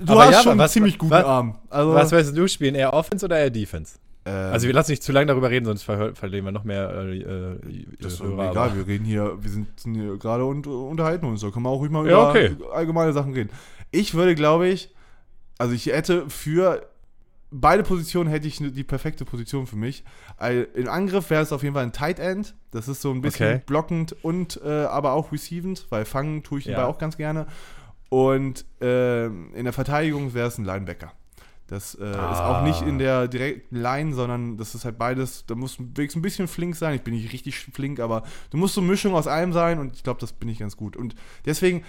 [SPEAKER 2] Du
[SPEAKER 1] Aber
[SPEAKER 2] hast
[SPEAKER 1] ja,
[SPEAKER 2] schon
[SPEAKER 1] was-
[SPEAKER 2] einen ziemlich guten
[SPEAKER 1] was-
[SPEAKER 2] Arm. Also,
[SPEAKER 1] Was willst du spielen? Eher Offense oder eher Defense?
[SPEAKER 2] äh,
[SPEAKER 1] Also wir lassen nicht zu lange darüber reden, sonst verhör- verlieren wir noch mehr äh, äh,
[SPEAKER 2] Das ist doch
[SPEAKER 1] Hörer.
[SPEAKER 2] egal,
[SPEAKER 1] aber-
[SPEAKER 2] wir reden hier, wir sind hier gerade und unterhalten uns. Da können wir auch ruhig mal
[SPEAKER 1] Ja,
[SPEAKER 2] über
[SPEAKER 1] okay.
[SPEAKER 2] allgemeine Sachen reden. Ich würde, glaube ich, also ich hätte für beide Positionen hätte ich ne, die perfekte Position für mich. Ein- Im Angriff wäre es auf jeden Fall ein Tight End. Das ist so ein bisschen
[SPEAKER 1] Okay.
[SPEAKER 2] blockend und äh, aber auch receivend, weil fangen tue ich
[SPEAKER 1] Ja.
[SPEAKER 2] dabei auch ganz gerne. Und ähm, in der Verteidigung wäre es ein Linebacker. Das äh, ist auch nicht
[SPEAKER 1] Ah.
[SPEAKER 2] in der direkten Line, sondern das ist halt beides. Da musst du wenigstens ein bisschen flink sein. Ich bin nicht richtig flink, aber du musst so eine Mischung aus allem sein und ich glaube, das bin ich ganz gut. Und deswegen,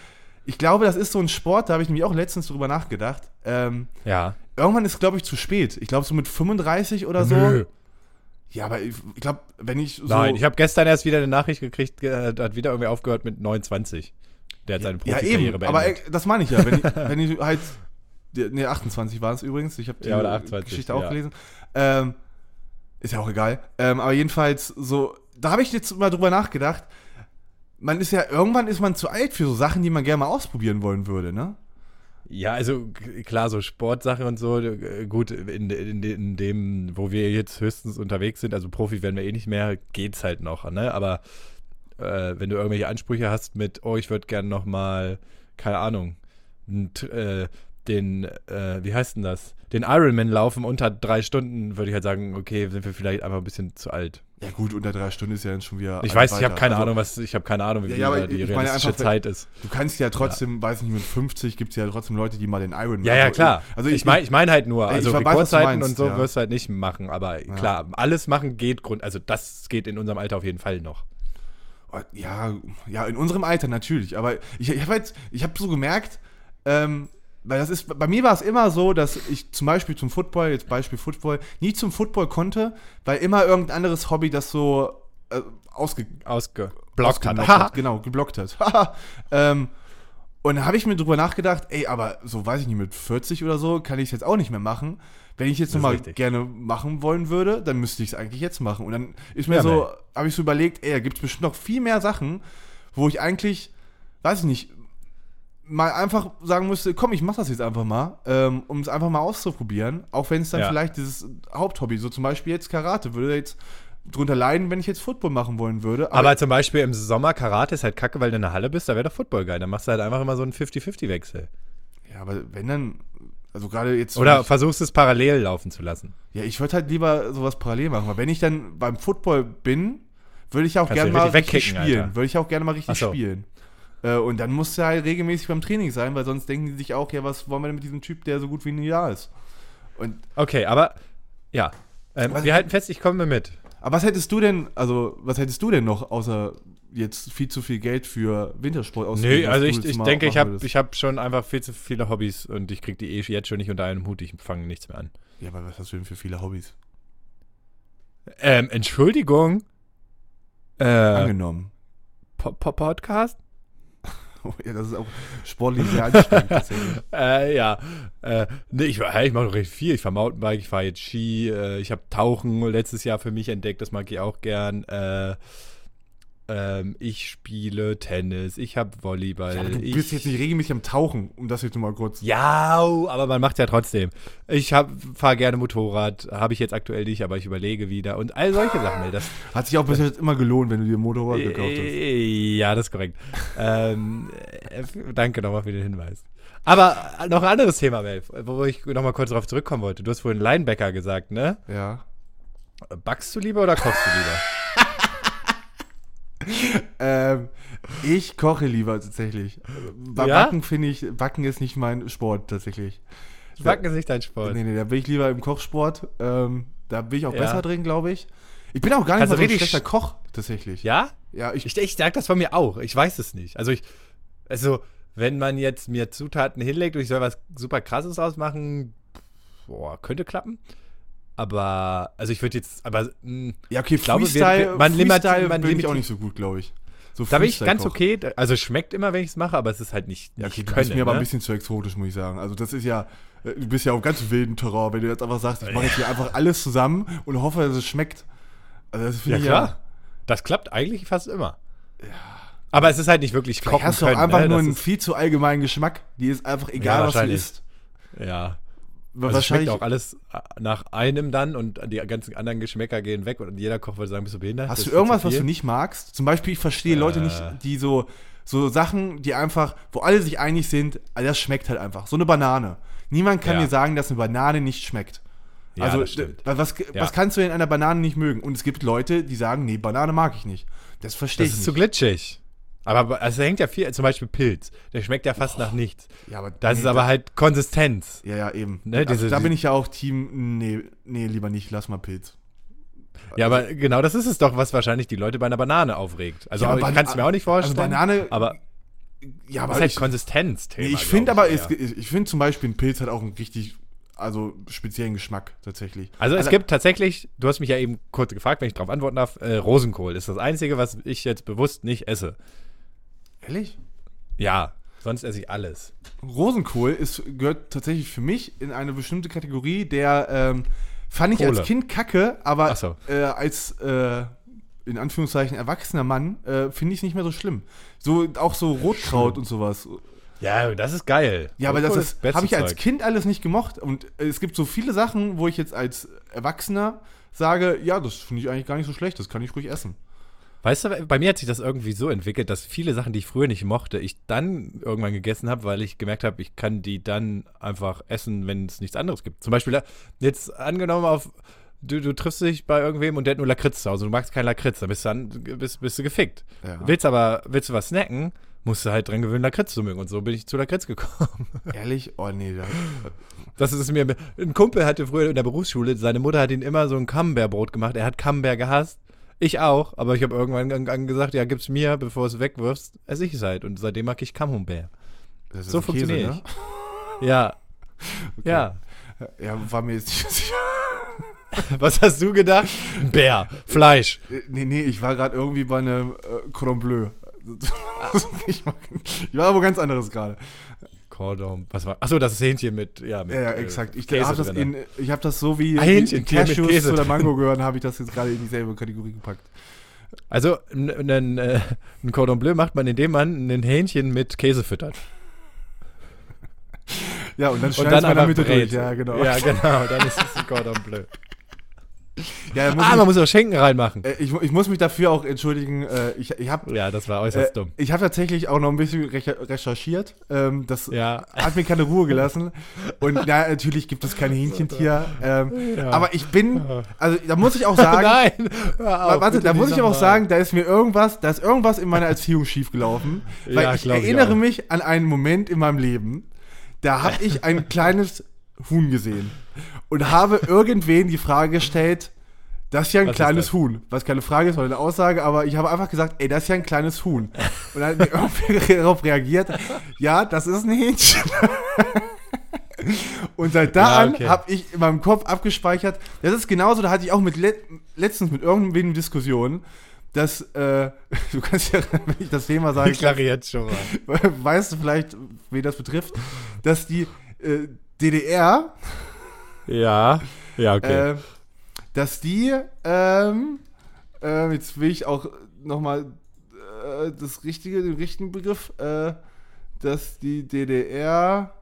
[SPEAKER 2] ich glaube, das ist so ein Sport, da habe ich nämlich auch letztens drüber nachgedacht. Ähm,
[SPEAKER 1] Ja.
[SPEAKER 2] irgendwann ist, glaube ich, zu spät. Ich glaube, so mit 35 oder so.
[SPEAKER 1] Nö.
[SPEAKER 2] Ja, aber ich, ich glaube, wenn ich Also, so.
[SPEAKER 1] Nein, ich habe gestern erst wieder eine Nachricht gekriegt, äh, da hat wieder irgendwie aufgehört mit 29. Der hat seine
[SPEAKER 2] Ja,
[SPEAKER 1] Profikarriere
[SPEAKER 2] eben.
[SPEAKER 1] beendet.
[SPEAKER 2] Aber äh, das meine ich ja. Wenn ich, wenn ich halt. Ne, 28 war es übrigens. Ich habe die
[SPEAKER 1] Ja, oder 28,
[SPEAKER 2] Geschichte auch
[SPEAKER 1] ja.
[SPEAKER 2] gelesen. Ähm, ist ja auch egal. Ähm, aber jedenfalls so. Da habe ich jetzt mal drüber nachgedacht. Man ist ja, irgendwann ist man zu alt für so Sachen, die man gerne mal ausprobieren wollen würde, ne?
[SPEAKER 1] Ja, also k- klar, so Sportsache und so, äh, gut, in, in, in dem, wo wir jetzt höchstens unterwegs sind, also Profi werden wir eh nicht mehr, geht's halt noch, ne? Aber äh, wenn du irgendwelche Ansprüche hast mit, oh, ich würde gerne nochmal, keine Ahnung, n- t- äh, den, äh, wie heißt denn das? Den Ironman laufen unter drei Stunden, würde ich halt sagen, okay, sind wir vielleicht einfach ein bisschen zu alt.
[SPEAKER 2] Ja, gut, unter drei Stunden ist ja dann schon wieder.
[SPEAKER 1] Ich
[SPEAKER 2] alles
[SPEAKER 1] weiß, ich habe
[SPEAKER 2] weiter.
[SPEAKER 1] keine
[SPEAKER 2] Also,
[SPEAKER 1] Ahnung, was, ich habe keine Ahnung, wie
[SPEAKER 2] Ja,
[SPEAKER 1] viel
[SPEAKER 2] ja, aber
[SPEAKER 1] da die
[SPEAKER 2] ich meine
[SPEAKER 1] realistische
[SPEAKER 2] einfach, wenn-
[SPEAKER 1] Zeit ist.
[SPEAKER 2] Du kannst ja trotzdem, weiß nicht, mit 50 gibt es ja trotzdem Leute, die mal den Iron
[SPEAKER 1] Ja, ja, klar.
[SPEAKER 2] Also
[SPEAKER 1] ich meine ich mein halt nur,
[SPEAKER 2] Ey, ich
[SPEAKER 1] also
[SPEAKER 2] weiß, was du
[SPEAKER 1] Rekordzeiten
[SPEAKER 2] meinst,
[SPEAKER 1] und so
[SPEAKER 2] ja.
[SPEAKER 1] wirst du halt nicht machen, aber klar, alles machen geht Grund, also das geht in unserem Alter auf jeden Fall noch.
[SPEAKER 2] Oh, Ja, ja, in unserem Alter natürlich. Aber ich, ich habe halt, ich habe so gemerkt, ähm, weil das ist, bei mir war es immer so, dass ich zum Beispiel zum Football, jetzt Beispiel Football, nie zum Football konnte, weil immer irgendein anderes Hobby das so äh, ausge
[SPEAKER 1] Ausgeblockt hat.
[SPEAKER 2] ausgenockt
[SPEAKER 1] Haha.
[SPEAKER 2] Genau, geblockt hat. ähm, und da habe ich mir drüber nachgedacht, ey, aber so weiß ich nicht, mit 40 oder so kann ich es jetzt auch nicht mehr machen. Wenn ich jetzt
[SPEAKER 1] ist
[SPEAKER 2] nochmal
[SPEAKER 1] richtig.
[SPEAKER 2] gerne machen wollen würde, dann müsste ich es eigentlich jetzt machen. Und dann ist mir
[SPEAKER 1] Ja,
[SPEAKER 2] so,
[SPEAKER 1] Mel.
[SPEAKER 2] habe ich so überlegt, ey, da gibt es bestimmt noch viel mehr Sachen, wo ich eigentlich, weiß ich nicht, mal einfach sagen müsste, komm, ich mach das jetzt einfach mal, ähm, um es einfach mal auszuprobieren, auch wenn es dann
[SPEAKER 1] Ja.
[SPEAKER 2] vielleicht dieses Haupthobby, so zum Beispiel jetzt Karate, würde jetzt drunter leiden, wenn ich jetzt Football machen wollen würde.
[SPEAKER 1] Aber zum Beispiel im Sommer Karate ist halt kacke, weil du in der Halle bist, da wäre doch Football geil. Dann machst du halt einfach immer so einen 50-50-Wechsel.
[SPEAKER 2] Ja, aber wenn dann, also gerade jetzt.
[SPEAKER 1] Oder
[SPEAKER 2] ich,
[SPEAKER 1] versuchst es parallel laufen zu lassen.
[SPEAKER 2] ja, ich würde halt lieber sowas parallel machen, weil wenn ich dann beim Football bin, würde ich auch
[SPEAKER 1] Kannst
[SPEAKER 2] gerne
[SPEAKER 1] du
[SPEAKER 2] mal
[SPEAKER 1] richtig
[SPEAKER 2] richtig
[SPEAKER 1] wegkicken,
[SPEAKER 2] spielen.
[SPEAKER 1] Alter.
[SPEAKER 2] Würde ich auch gerne mal richtig
[SPEAKER 1] Ach so.
[SPEAKER 2] spielen. Äh, und dann musst du halt regelmäßig beim Training sein, weil sonst denken die sich auch, ja, was wollen wir denn mit diesem Typ, der so gut wie nie da ist? Und,
[SPEAKER 1] Okay, aber ja. Ähm,
[SPEAKER 2] Was-
[SPEAKER 1] wir halten fest, ich komme mit.
[SPEAKER 2] aber was hättest du denn, also, was hättest du denn noch, außer jetzt viel zu viel Geld für Wintersport
[SPEAKER 1] Nö,
[SPEAKER 2] ausgeben? was
[SPEAKER 1] also
[SPEAKER 2] du
[SPEAKER 1] ich,
[SPEAKER 2] jetzt
[SPEAKER 1] ich
[SPEAKER 2] mal
[SPEAKER 1] denke, ich
[SPEAKER 2] machen
[SPEAKER 1] habe
[SPEAKER 2] würdest?
[SPEAKER 1] ich hab schon einfach viel zu viele Hobbys und ich kriege die eh jetzt schon nicht unter einen Hut, ich fange nichts mehr an.
[SPEAKER 2] Ja, aber was hast du denn für viele Hobbys?
[SPEAKER 1] Ähm, Entschuldigung. Äh,
[SPEAKER 2] Angenommen.
[SPEAKER 1] Po- Po- Podcast?
[SPEAKER 2] Oh, ja, das ist auch sportlich sehr anstrengend. tatsächlich.
[SPEAKER 1] Äh, ja. Äh, nee, ich, hä, ich mache noch recht viel. Ich fahre Mountainbike, ich fahre jetzt Ski, äh, ich habe Tauchen letztes Jahr für mich entdeckt, das mag ich auch gern. Äh, ähm, ich spiele Tennis, ich habe Volleyball.
[SPEAKER 2] Ja, aber du
[SPEAKER 1] Äh, ich,
[SPEAKER 2] bist jetzt nicht regelmäßig am Tauchen, um das jetzt nur mal kurz.
[SPEAKER 1] Ja, aber man macht ja trotzdem. Ich fahre gerne Motorrad, habe ich jetzt aktuell nicht, aber ich überlege wieder und all solche Sachen. ey, Das,
[SPEAKER 2] Hat sich auch bis jetzt immer gelohnt, wenn du dir ein Motorrad gekauft hast.
[SPEAKER 1] Äh, Ja, das ist korrekt. ähm, äh, danke nochmal für den Hinweis. Aber noch ein anderes Thema, Melf, wo ich nochmal kurz darauf zurückkommen wollte. Du hast vorhin Linebacker gesagt, ne?
[SPEAKER 2] Ja.
[SPEAKER 1] Backst du lieber oder kochst du lieber?
[SPEAKER 2] Ähm, ich koche lieber tatsächlich. Bei
[SPEAKER 1] Ja?
[SPEAKER 2] Backen finde ich, Backen ist nicht mein Sport tatsächlich.
[SPEAKER 1] Backen ist nicht dein Sport.
[SPEAKER 2] Nee, nee, da bin ich lieber im Kochsport. Ähm, da bin ich auch
[SPEAKER 1] Ja.
[SPEAKER 2] besser drin, glaube ich. Ich bin auch gar nicht
[SPEAKER 1] Kannst du
[SPEAKER 2] mal so ein
[SPEAKER 1] richtig
[SPEAKER 2] schlechter Koch tatsächlich.
[SPEAKER 1] Ja?
[SPEAKER 2] ja ich,
[SPEAKER 1] Ich, ich sag das von mir auch. Ich weiß es nicht. Also ich, also wenn man jetzt mir Zutaten hinlegt und ich soll was super krasses ausmachen, boah, könnte klappen. Aber, also ich würde jetzt, aber hm, mh,
[SPEAKER 2] ja, okay,
[SPEAKER 1] glaube, wir-
[SPEAKER 2] Freestyle,
[SPEAKER 1] wir- man limitiert-
[SPEAKER 2] Freestyle
[SPEAKER 1] man
[SPEAKER 2] bin ich auch
[SPEAKER 1] limitiert-
[SPEAKER 2] nicht so gut, glaube ich. So
[SPEAKER 1] da bin ich
[SPEAKER 2] Freestyle
[SPEAKER 1] ganz
[SPEAKER 2] kochen.
[SPEAKER 1] okay. Also es schmeckt immer, wenn ich es mache, aber es ist halt nicht,
[SPEAKER 2] Ja,
[SPEAKER 1] nicht
[SPEAKER 2] okay, du bist
[SPEAKER 1] können,
[SPEAKER 2] mir aber
[SPEAKER 1] ne?
[SPEAKER 2] ein bisschen zu exotisch, muss ich sagen. Also das ist ja, äh, du bist ja auf ganz wilden Terrain, wenn du jetzt einfach sagst, ich mache jetzt hier einfach alles zusammen und hoffe, dass es schmeckt. Also das
[SPEAKER 1] ne? Ja,
[SPEAKER 2] finde ich
[SPEAKER 1] klar. Das klappt eigentlich fast immer. Aber es ist halt nicht wirklich
[SPEAKER 2] ja.
[SPEAKER 1] kochen
[SPEAKER 2] Hast du auch
[SPEAKER 1] können.
[SPEAKER 2] einfach
[SPEAKER 1] ne?
[SPEAKER 2] nur
[SPEAKER 1] Das
[SPEAKER 2] einen
[SPEAKER 1] ist-
[SPEAKER 2] viel zu allgemeinen Geschmack. Die ist einfach egal,
[SPEAKER 1] Ja,
[SPEAKER 2] was du
[SPEAKER 1] wahrscheinlich.
[SPEAKER 2] isst.
[SPEAKER 1] Ja.
[SPEAKER 2] Weil
[SPEAKER 1] Also es schmeckt auch alles nach einem dann und die ganzen anderen Geschmäcker gehen weg und jeder Koch würde sagen, bist du behindert? Das
[SPEAKER 2] Hast du
[SPEAKER 1] ist
[SPEAKER 2] irgendwas,
[SPEAKER 1] zu
[SPEAKER 2] was
[SPEAKER 1] viel.
[SPEAKER 2] du nicht magst? Zum Beispiel, ich verstehe Leute
[SPEAKER 1] Äh.
[SPEAKER 2] nicht, die so, so Sachen, die einfach, wo alle sich einig sind, ah, das schmeckt halt einfach. So eine Banane. Niemand kann
[SPEAKER 1] Ja.
[SPEAKER 2] mir sagen, dass eine Banane nicht schmeckt.
[SPEAKER 1] Ja,
[SPEAKER 2] also,
[SPEAKER 1] das stimmt.
[SPEAKER 2] d- was,
[SPEAKER 1] Ja.
[SPEAKER 2] was kannst du in einer Banane nicht mögen? Und es gibt Leute, die sagen, nee, Banane mag ich nicht. Das verstehe
[SPEAKER 1] Das
[SPEAKER 2] ich
[SPEAKER 1] ist
[SPEAKER 2] nicht.
[SPEAKER 1] zu glitschig. Aber, aber es hängt ja viel, zum Beispiel Pilz. Der schmeckt ja fast nach nichts.
[SPEAKER 2] Ja, aber
[SPEAKER 1] Das
[SPEAKER 2] nee,
[SPEAKER 1] ist aber halt Konsistenz.
[SPEAKER 2] Ja, ja, eben.
[SPEAKER 1] Ne,
[SPEAKER 2] also,
[SPEAKER 1] diese-
[SPEAKER 2] da
[SPEAKER 1] diese-
[SPEAKER 2] bin ich ja auch Team, nee, nee, lieber nicht, lass mal Pilz.
[SPEAKER 1] Ja, aber genau das ist es doch, was wahrscheinlich die Leute bei einer Banane aufregt. Also
[SPEAKER 2] also- Ja, aber
[SPEAKER 1] ich kann es mir auch nicht
[SPEAKER 2] Also
[SPEAKER 1] vorstellen.
[SPEAKER 2] Banane,
[SPEAKER 1] aber
[SPEAKER 2] ja,
[SPEAKER 1] aber
[SPEAKER 2] aber
[SPEAKER 1] ist halt
[SPEAKER 2] ich,
[SPEAKER 1] Konsistenz.
[SPEAKER 2] nee, ich finde aber, es, ich finde zum Beispiel, ein Pilz hat auch einen richtig, also speziellen Geschmack tatsächlich.
[SPEAKER 1] Also es gibt tatsächlich, du hast mich ja eben kurz gefragt, wenn ich darauf antworten darf, äh, Rosenkohl ist das Einzige, was ich jetzt bewusst nicht esse.
[SPEAKER 2] Ehrlich?
[SPEAKER 1] Ja, sonst esse ich alles.
[SPEAKER 2] Rosenkohl ist, gehört tatsächlich für mich in eine bestimmte Kategorie, der ähm, fand ich als
[SPEAKER 1] Kohle.
[SPEAKER 2] Kind kacke, aber
[SPEAKER 1] Ach so.
[SPEAKER 2] äh, als äh, in Anführungszeichen erwachsener Mann äh, finde ich es nicht mehr so schlimm. So auch so Rotkraut und sowas.
[SPEAKER 1] Ja, das ist geil.
[SPEAKER 2] Ja, aber das
[SPEAKER 1] Rosenkohl
[SPEAKER 2] ist,
[SPEAKER 1] beste
[SPEAKER 2] habe ich als
[SPEAKER 1] Zeug.
[SPEAKER 2] Kind alles nicht gemocht und äh, es gibt so viele Sachen, wo ich jetzt als Erwachsener sage, ja, das finde ich eigentlich gar nicht so schlecht, das kann ich ruhig essen.
[SPEAKER 1] Weißt du, bei mir hat sich das irgendwie so entwickelt, dass viele Sachen, die ich früher nicht mochte, ich dann irgendwann gegessen habe, weil ich gemerkt habe, ich kann die dann einfach essen, wenn es nichts anderes gibt. Zum Beispiel, äh, jetzt angenommen auf, du, du triffst dich bei irgendwem und der hat nur Lakritz zu Hause, du magst keinen Lakritz, dann bist du, dann, bist, bist du gefickt.
[SPEAKER 2] Ja.
[SPEAKER 1] Willst aber, willst du was snacken, musst du halt dran gewöhnen, Lakritz zu mögen. Und so bin ich zu Lakritz gekommen.
[SPEAKER 2] Ehrlich? Oh nee, da,
[SPEAKER 1] Das ist mir, ein Kumpel hatte früher in der Berufsschule, seine Mutter hat ihn immer so ein Camembert-Brot gemacht. Er hat Camembert gehasst. Ich auch, aber ich habe irgendwann an- an gesagt, ja, gib's mir, bevor es wegwirfst, esse ich es halt. Und seitdem mag ich Camembert.
[SPEAKER 2] das ist
[SPEAKER 1] So
[SPEAKER 2] ein Käse,
[SPEAKER 1] funktioniere
[SPEAKER 2] ne?
[SPEAKER 1] Ja. Ja.
[SPEAKER 2] Ja, war mir jetzt nicht sicher.
[SPEAKER 1] Was hast du gedacht? Ein Bär, Fleisch.
[SPEAKER 2] Äh, Nee, nee, ich war gerade irgendwie bei einem äh, Cordon Bleu.
[SPEAKER 1] Ah.
[SPEAKER 2] ich, war, ich war wo ganz anderes gerade.
[SPEAKER 1] Cordon, was war? Achso, das ist Hähnchen mit, ja, mit.
[SPEAKER 2] Ja, ja,
[SPEAKER 1] äh,
[SPEAKER 2] exakt. Ich
[SPEAKER 1] Käse
[SPEAKER 2] habe das,
[SPEAKER 1] drinne.
[SPEAKER 2] in- ich hab das so wie
[SPEAKER 1] Ah, Hähnchen, Tee mit
[SPEAKER 2] Cashews
[SPEAKER 1] Käse
[SPEAKER 2] oder
[SPEAKER 1] drin.
[SPEAKER 2] Mango gehören, habe ich das jetzt gerade in dieselbe Kategorie gepackt.
[SPEAKER 1] Also, n- n- äh, ein Cordon Bleu macht man, indem man ein Hähnchen mit Käse füttert.
[SPEAKER 2] Ja, und dann
[SPEAKER 1] Und dann
[SPEAKER 2] schneidest du in der
[SPEAKER 1] einfach
[SPEAKER 2] Mitte
[SPEAKER 1] brät.
[SPEAKER 2] durch. Ja, genau.
[SPEAKER 1] Ja, genau, dann ist es ein Cordon Bleu.
[SPEAKER 2] Ja, da muss
[SPEAKER 1] Ah,
[SPEAKER 2] ich-
[SPEAKER 1] man muss auch Schinken reinmachen.
[SPEAKER 2] Äh, Ich, mu- ich muss mich dafür auch entschuldigen. äh, Ich, ich habe
[SPEAKER 1] Ja, das war äußerst
[SPEAKER 2] äh,
[SPEAKER 1] dumm.
[SPEAKER 2] ich hab tatsächlich auch noch ein bisschen recher- recherchiert. Ähm, das
[SPEAKER 1] Ja.
[SPEAKER 2] hat mir keine Ruhe gelassen. Und na, natürlich gibt es kein Hähnchentier. Ähm,
[SPEAKER 1] Ja.
[SPEAKER 2] Aber ich bin, also da muss ich auch sagen,
[SPEAKER 1] Nein! Hör
[SPEAKER 2] Wa-
[SPEAKER 1] auf,
[SPEAKER 2] Warte,
[SPEAKER 1] bitte
[SPEAKER 2] da muss
[SPEAKER 1] nicht
[SPEAKER 2] ich aber auch
[SPEAKER 1] nochmal.
[SPEAKER 2] sagen, da ist mir irgendwas, da ist irgendwas in meiner Erziehung schiefgelaufen. Weil
[SPEAKER 1] Ja,
[SPEAKER 2] ich
[SPEAKER 1] glaub ich
[SPEAKER 2] erinnere
[SPEAKER 1] auch.
[SPEAKER 2] mich an einen Moment in meinem Leben, da habe ich ein kleines Huhn gesehen und habe irgendwen die Frage gestellt, das ist ja ein
[SPEAKER 1] Was ist
[SPEAKER 2] kleines
[SPEAKER 1] das?
[SPEAKER 2] Huhn. Was keine Frage ist, sondern eine Aussage, aber ich habe einfach gesagt, ey, das ist ja ein kleines Huhn. Und dann hat mir irgendwer darauf reagiert, ja, das ist ein Hähnchen. Und seit da
[SPEAKER 1] Ja,
[SPEAKER 2] an
[SPEAKER 1] okay.
[SPEAKER 2] habe ich in meinem Kopf abgespeichert. Das ist genauso, da hatte ich auch mit le letztens mit irgendwem Diskussionen, dass äh, du kannst ja, wenn ich das Thema sage,
[SPEAKER 1] Ich lache jetzt schon mal.
[SPEAKER 2] weißt du vielleicht, wen das betrifft, dass die äh, DDR,
[SPEAKER 1] Ja, ja, okay.
[SPEAKER 2] äh, dass die, ähm, äh, jetzt will ich auch nochmal äh, das richtige, den richtigen Begriff, äh, dass die DDR,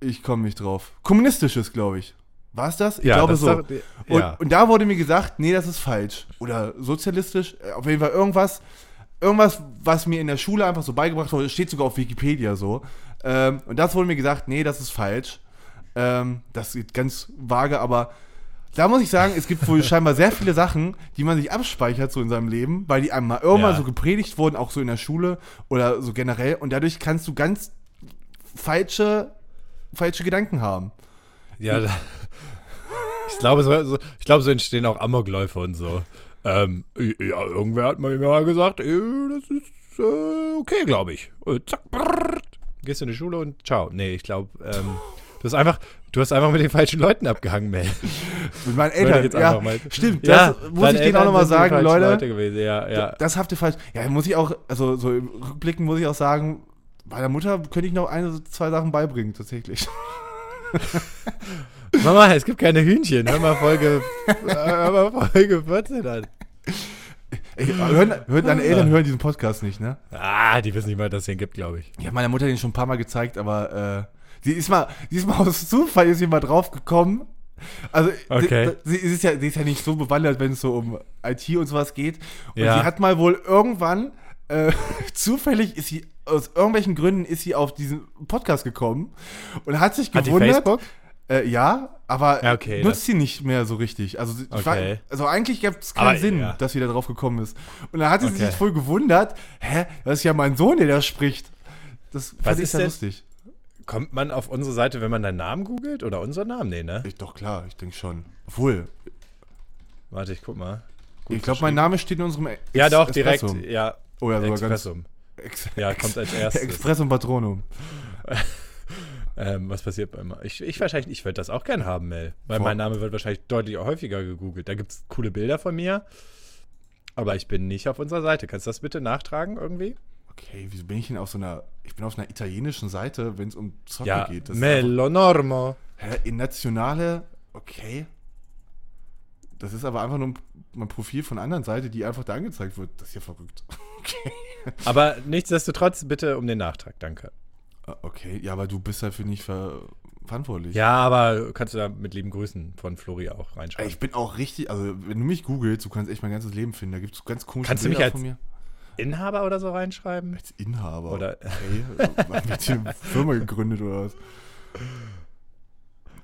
[SPEAKER 2] ich komme nicht drauf, kommunistisch ist, glaube ich. War es das? Ich
[SPEAKER 1] ja,
[SPEAKER 2] glaube
[SPEAKER 1] das
[SPEAKER 2] so.
[SPEAKER 1] Ist doch,
[SPEAKER 2] Und,
[SPEAKER 1] ja.
[SPEAKER 2] und da wurde mir gesagt, nee, das ist falsch. Oder sozialistisch, äh, auf jeden Fall irgendwas, irgendwas, was mir in der Schule einfach so beigebracht wurde, steht sogar auf Wikipedia so. Ähm, und das wurde mir gesagt, nee, das ist falsch. Ähm, das ist ganz vage, aber da muss ich sagen, es gibt wohl scheinbar sehr viele Sachen, die man sich abspeichert so in seinem Leben, weil die einem mal irgendwann
[SPEAKER 1] Ja.
[SPEAKER 2] so gepredigt wurden, auch so in der Schule oder so generell. Und dadurch kannst du ganz falsche, falsche Gedanken haben.
[SPEAKER 1] ja, da- ich glaube, so, so, ich glaube, so entstehen auch Amokläufe und so. Ähm, ja, irgendwer hat mir mal gesagt, äh, das ist äh, okay, glaube ich. Und zack, brrrt. gehst in die Schule und ciao. Nee, ich glaube, ähm, du hast einfach, du hast einfach mit den falschen Leuten abgehangen, man.
[SPEAKER 2] Mit meinen
[SPEAKER 1] Würde ich
[SPEAKER 2] Eltern.
[SPEAKER 1] jetzt
[SPEAKER 2] Ja,
[SPEAKER 1] einfach mal-
[SPEAKER 2] stimmt.
[SPEAKER 1] Ja,
[SPEAKER 2] das muss
[SPEAKER 1] deine
[SPEAKER 2] ich denen auch
[SPEAKER 1] Eltern
[SPEAKER 2] nochmal
[SPEAKER 1] sind die
[SPEAKER 2] sagen,
[SPEAKER 1] falschen
[SPEAKER 2] Leute.
[SPEAKER 1] Leute gewesen. Ja, ja.
[SPEAKER 2] Das habt ihr falsch. Ja, muss ich auch, also so im Rückblicken muss ich auch sagen, bei der Mutter könnte ich noch eine, zwei Sachen beibringen, tatsächlich.
[SPEAKER 1] Mama, es gibt keine Hühnchen. Hör mal Folge, hör mal Folge 14 an.
[SPEAKER 2] Ey, hören, hören, deine Eltern hören diesen Podcast nicht, ne?
[SPEAKER 1] Ah, die wissen nicht mal, dass es den gibt, glaube ich.
[SPEAKER 2] Ich habe meiner Mutter den schon ein paar Mal gezeigt, aber äh, sie ist mal, sie ist mal aus Zufall ist sie mal drauf gekommen. Also
[SPEAKER 1] Okay.
[SPEAKER 2] sie, sie, ist ja, sie ist ja nicht so bewandert, wenn es so um IT und sowas geht. Und
[SPEAKER 1] Ja.
[SPEAKER 2] sie hat mal wohl irgendwann äh, zufällig ist sie aus irgendwelchen Gründen ist sie auf diesen Podcast gekommen und hat sich
[SPEAKER 1] Hat die
[SPEAKER 2] gewundert.
[SPEAKER 1] Facebook?
[SPEAKER 2] Äh, ja, aber
[SPEAKER 1] Ja, okay,
[SPEAKER 2] nutzt sie nicht mehr so richtig. Also, sie- ich war,
[SPEAKER 1] Okay.
[SPEAKER 2] also eigentlich gab es
[SPEAKER 1] Aber,
[SPEAKER 2] keinen Sinn,
[SPEAKER 1] ja.
[SPEAKER 2] dass sie da drauf gekommen ist. Und dann hat sie
[SPEAKER 1] Okay.
[SPEAKER 2] sich voll gewundert, hä, das ist ja mein Sohn, der da spricht. Das fand
[SPEAKER 1] Was
[SPEAKER 2] ich
[SPEAKER 1] ist
[SPEAKER 2] sehr
[SPEAKER 1] denn-
[SPEAKER 2] lustig.
[SPEAKER 1] Kommt man auf unsere Seite, wenn man deinen Namen googelt? Oder unseren Namen? Nee, ne?
[SPEAKER 2] Ich, doch klar, ich denke schon. Obwohl,
[SPEAKER 1] Warte, ich guck mal.
[SPEAKER 2] ich glaube, mein Name steht in unserem
[SPEAKER 1] Ja,
[SPEAKER 2] Ex-
[SPEAKER 1] doch, direkt.
[SPEAKER 2] Espresso.
[SPEAKER 1] Ja,
[SPEAKER 2] Oh ja, sogar ganz.
[SPEAKER 1] Expressum.
[SPEAKER 2] Ex
[SPEAKER 1] Ja, kommt als erstes.
[SPEAKER 2] Expressum Patronum.
[SPEAKER 1] Ähm, was passiert bei mir? Ich, ich wahrscheinlich, ich würde das auch gern haben, Mel. Weil
[SPEAKER 2] Vor-
[SPEAKER 1] mein Name wird wahrscheinlich deutlich häufiger gegoogelt. Da gibt es coole Bilder von mir. Aber ich bin nicht auf unserer Seite. Kannst du das bitte nachtragen irgendwie?
[SPEAKER 2] Okay, wieso bin ich denn auf so einer. Ich bin auf einer italienischen Seite, wenn es um Zocken
[SPEAKER 1] Ja,
[SPEAKER 2] geht. Das ist
[SPEAKER 1] Melonormo.
[SPEAKER 2] Hä, in nationale, okay. Das ist aber einfach nur ein, ein Profil von einer anderen Seite, die einfach da angezeigt wird. Das ist ja verrückt. Okay.
[SPEAKER 1] Aber nichtsdestotrotz, bitte um den Nachtrag, danke.
[SPEAKER 2] Äh, Okay, ja, aber du bist dafür nicht ver verantwortlich.
[SPEAKER 1] Ja, aber kannst du da mit lieben Grüßen von Flori auch
[SPEAKER 2] Ey,
[SPEAKER 1] reinschreiben.
[SPEAKER 2] Ich bin auch richtig, also wenn du mich googelst, du kannst echt mein ganzes Leben finden. Da gibt es ganz komische
[SPEAKER 1] Kannst du mich
[SPEAKER 2] Bilder
[SPEAKER 1] als-
[SPEAKER 2] von mir.
[SPEAKER 1] Inhaber oder so reinschreiben?
[SPEAKER 2] Als Inhaber. also,
[SPEAKER 1] Oder-
[SPEAKER 2] Ey, hab ich die Firma gegründet oder was?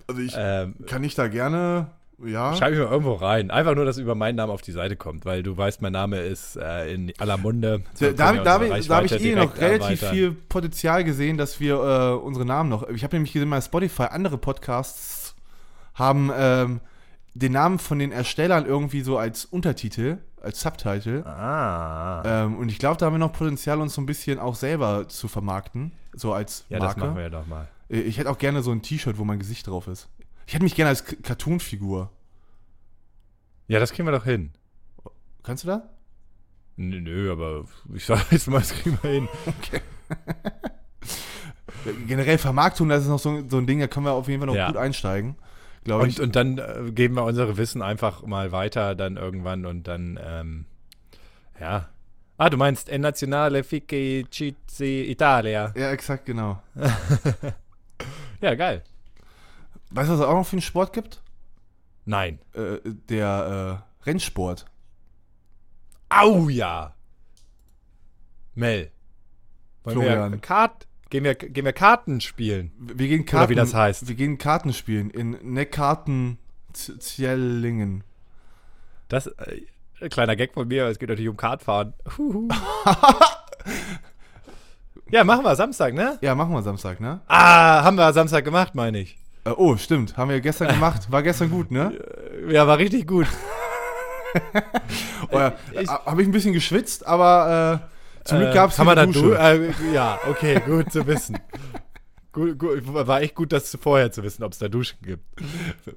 [SPEAKER 2] Also ich
[SPEAKER 1] Ähm,
[SPEAKER 2] kann ich da gerne, ja.
[SPEAKER 1] schreibe ich mal irgendwo rein. Einfach nur, dass über meinen Namen auf die Seite kommt, weil du weißt, mein Name ist äh, in aller Munde.
[SPEAKER 2] Da,
[SPEAKER 1] So
[SPEAKER 2] da,
[SPEAKER 1] können
[SPEAKER 2] hab-
[SPEAKER 1] wir
[SPEAKER 2] da, hab
[SPEAKER 1] unsere
[SPEAKER 2] ich- da habe ich
[SPEAKER 1] Reichweite
[SPEAKER 2] eh noch
[SPEAKER 1] direkt
[SPEAKER 2] relativ
[SPEAKER 1] erweitern.
[SPEAKER 2] viel Potenzial gesehen, dass wir äh, unsere Namen noch. Ich habe nämlich gesehen, bei Spotify andere Podcasts haben ähm, den Namen von den Erstellern irgendwie so als Untertitel, als Subtitle.
[SPEAKER 1] Ah.
[SPEAKER 2] Ähm, und ich glaube, da haben wir noch Potenzial, uns so ein bisschen auch selber zu vermarkten, so als
[SPEAKER 1] Ja, das
[SPEAKER 2] Marke.
[SPEAKER 1] machen wir ja doch mal.
[SPEAKER 2] Äh, Ich hätte auch gerne so ein T-Shirt, wo mein Gesicht drauf ist. Ich hätte mich gerne als K- Cartoon-Figur.
[SPEAKER 1] Ja, das kriegen wir doch hin.
[SPEAKER 2] Kannst du da?
[SPEAKER 1] Nö, nö aber ich sag jetzt mal, das kriegen wir hin.
[SPEAKER 2] Äh, Generell Vermarktung, das ist noch so, so ein Ding, da können wir auf jeden Fall noch
[SPEAKER 1] Ja.
[SPEAKER 2] gut einsteigen. Glaube ich.
[SPEAKER 1] Und, und dann äh, geben wir unser Wissen einfach mal weiter dann irgendwann und dann, ähm, ja. Ah, du meinst en Nazionale Fiche Cici Italia.
[SPEAKER 2] ja, exakt, genau.
[SPEAKER 1] Ja, geil.
[SPEAKER 2] Weißt du, was es auch noch für einen Sport gibt?
[SPEAKER 1] Nein.
[SPEAKER 2] Äh, der äh, Rennsport.
[SPEAKER 1] Au ja. Mel. Wollen wir
[SPEAKER 2] Florian.
[SPEAKER 1] Kart, gehen, wir, gehen wir Karten spielen?
[SPEAKER 2] Wir gehen Karten,
[SPEAKER 1] Oder wie das heißt.
[SPEAKER 2] Wir gehen Karten spielen in Neckkarten Z- Zellingen.
[SPEAKER 1] Das, äh, kleiner Gag von mir, es geht natürlich um Kartfahren. Huhu. ja, machen wir Samstag, ne?
[SPEAKER 2] Ja, machen wir Samstag, ne?
[SPEAKER 1] Ah, haben wir Samstag gemacht, meine ich.
[SPEAKER 2] Äh, oh, stimmt. Haben wir gestern gemacht. War gestern gut, ne?
[SPEAKER 1] Äh, Ja, war richtig gut.
[SPEAKER 2] Oder,
[SPEAKER 1] ich-
[SPEAKER 2] Habe äh, ich ein bisschen geschwitzt, aber äh, zum Glück gab es
[SPEAKER 1] Kann man dann du, äh, Ja, okay, gut zu wissen. Gut, gut, war echt gut, das vorher zu wissen, ob es da Duschen gibt.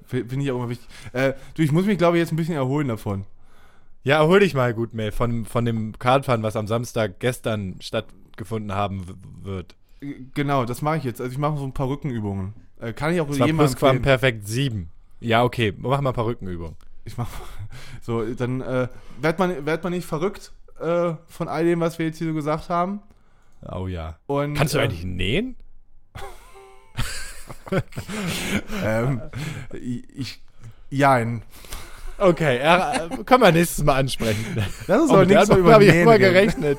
[SPEAKER 2] Finde ich auch immer wichtig. Äh, du, ich muss mich, glaube ich, jetzt ein bisschen erholen davon.
[SPEAKER 1] Ja, erhol dich mal gut, Mel, von, von dem Kartfahren, was am Samstag gestern stattgefunden haben w- wird.
[SPEAKER 2] G- Genau, das mache ich jetzt. Also ich mache so ein paar Rückenübungen. Äh, kann ich auch
[SPEAKER 1] Es war
[SPEAKER 2] jedem
[SPEAKER 1] Plusquam
[SPEAKER 2] empfehlen.
[SPEAKER 1] perfekt 7. Ja, okay, mach mal ein paar Rückenübungen.
[SPEAKER 2] Ich mach so, dann äh, wird, man, wird man nicht verrückt äh, von all dem, was wir jetzt hier so gesagt haben.
[SPEAKER 1] Oh ja.
[SPEAKER 2] Und,
[SPEAKER 1] Kannst du
[SPEAKER 2] äh,
[SPEAKER 1] eigentlich nähen?
[SPEAKER 2] Ähm, ich, jein.
[SPEAKER 1] Okay, ja, äh, können wir nächstes Mal ansprechen.
[SPEAKER 2] Lass uns
[SPEAKER 1] Oh,
[SPEAKER 2] aber
[SPEAKER 1] mit der
[SPEAKER 2] nichts
[SPEAKER 1] Antwort
[SPEAKER 2] mehr über
[SPEAKER 1] habe ich
[SPEAKER 2] Nähen
[SPEAKER 1] immer
[SPEAKER 2] reden.
[SPEAKER 1] gerechnet.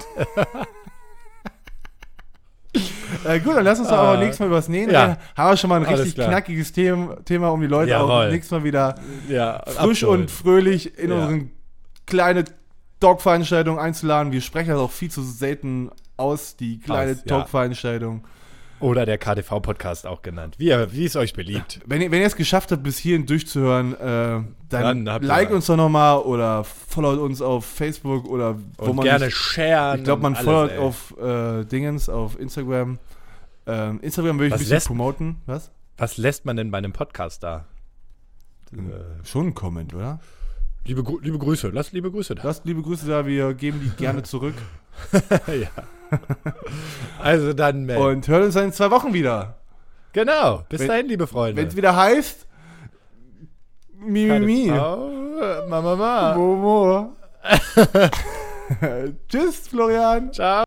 [SPEAKER 2] Äh, gut, dann lass uns doch
[SPEAKER 1] Ah.
[SPEAKER 2] aber nichts mehr über das Nähen
[SPEAKER 1] Ja.
[SPEAKER 2] reden. Haben wir schon mal ein
[SPEAKER 1] Alles
[SPEAKER 2] richtig
[SPEAKER 1] klar.
[SPEAKER 2] knackiges Thema, Thema, um die Leute auch
[SPEAKER 1] Jawohl.
[SPEAKER 2] nächstes Mal wieder
[SPEAKER 1] Ja,
[SPEAKER 2] frisch
[SPEAKER 1] abgeholt.
[SPEAKER 2] und fröhlich in
[SPEAKER 1] Ja.
[SPEAKER 2] unseren kleine Talk-Veranstaltungen einzuladen. Wir sprechen das auch viel zu selten aus, die kleine
[SPEAKER 1] Aus, ja.
[SPEAKER 2] Talk-Veranstaltung.
[SPEAKER 1] Oder der KTV-Podcast auch genannt. Wie, ihr- wie es euch beliebt.
[SPEAKER 2] Wenn ihr, wenn ihr es geschafft habt, bis hierhin durchzuhören, äh, dann,
[SPEAKER 1] Dann habt ihr
[SPEAKER 2] like
[SPEAKER 1] was.
[SPEAKER 2] uns doch nochmal oder followt uns auf Facebook oder wo
[SPEAKER 1] Und
[SPEAKER 2] man.
[SPEAKER 1] gerne
[SPEAKER 2] nicht,
[SPEAKER 1] sharen.
[SPEAKER 2] ich glaube, man
[SPEAKER 1] und alles,
[SPEAKER 2] followt
[SPEAKER 1] ey.
[SPEAKER 2] auf äh, Dingens, auf Instagram. Ähm, Instagram würde ich
[SPEAKER 1] Was
[SPEAKER 2] ein bisschen
[SPEAKER 1] lässt-
[SPEAKER 2] promoten. Was?
[SPEAKER 1] Was lässt man denn bei einem Podcast da? Äh,
[SPEAKER 2] Schon ein Comment, oder?
[SPEAKER 1] liebe, Gru- liebe Grüße, lasst liebe Grüße da.
[SPEAKER 2] Lasst liebe Grüße da, wir geben die gerne zurück.
[SPEAKER 1] ja. Also dann, Mel.
[SPEAKER 2] Und hören uns dann in zwei Wochen wieder.
[SPEAKER 1] genau. Bis
[SPEAKER 2] Wenn-
[SPEAKER 1] dahin, liebe
[SPEAKER 2] Wenn es
[SPEAKER 1] Freunde.
[SPEAKER 2] wieder heißt. Mimimi.
[SPEAKER 1] Mama, Mama.
[SPEAKER 2] Momo. Tschüss, Florian.
[SPEAKER 1] Ciao.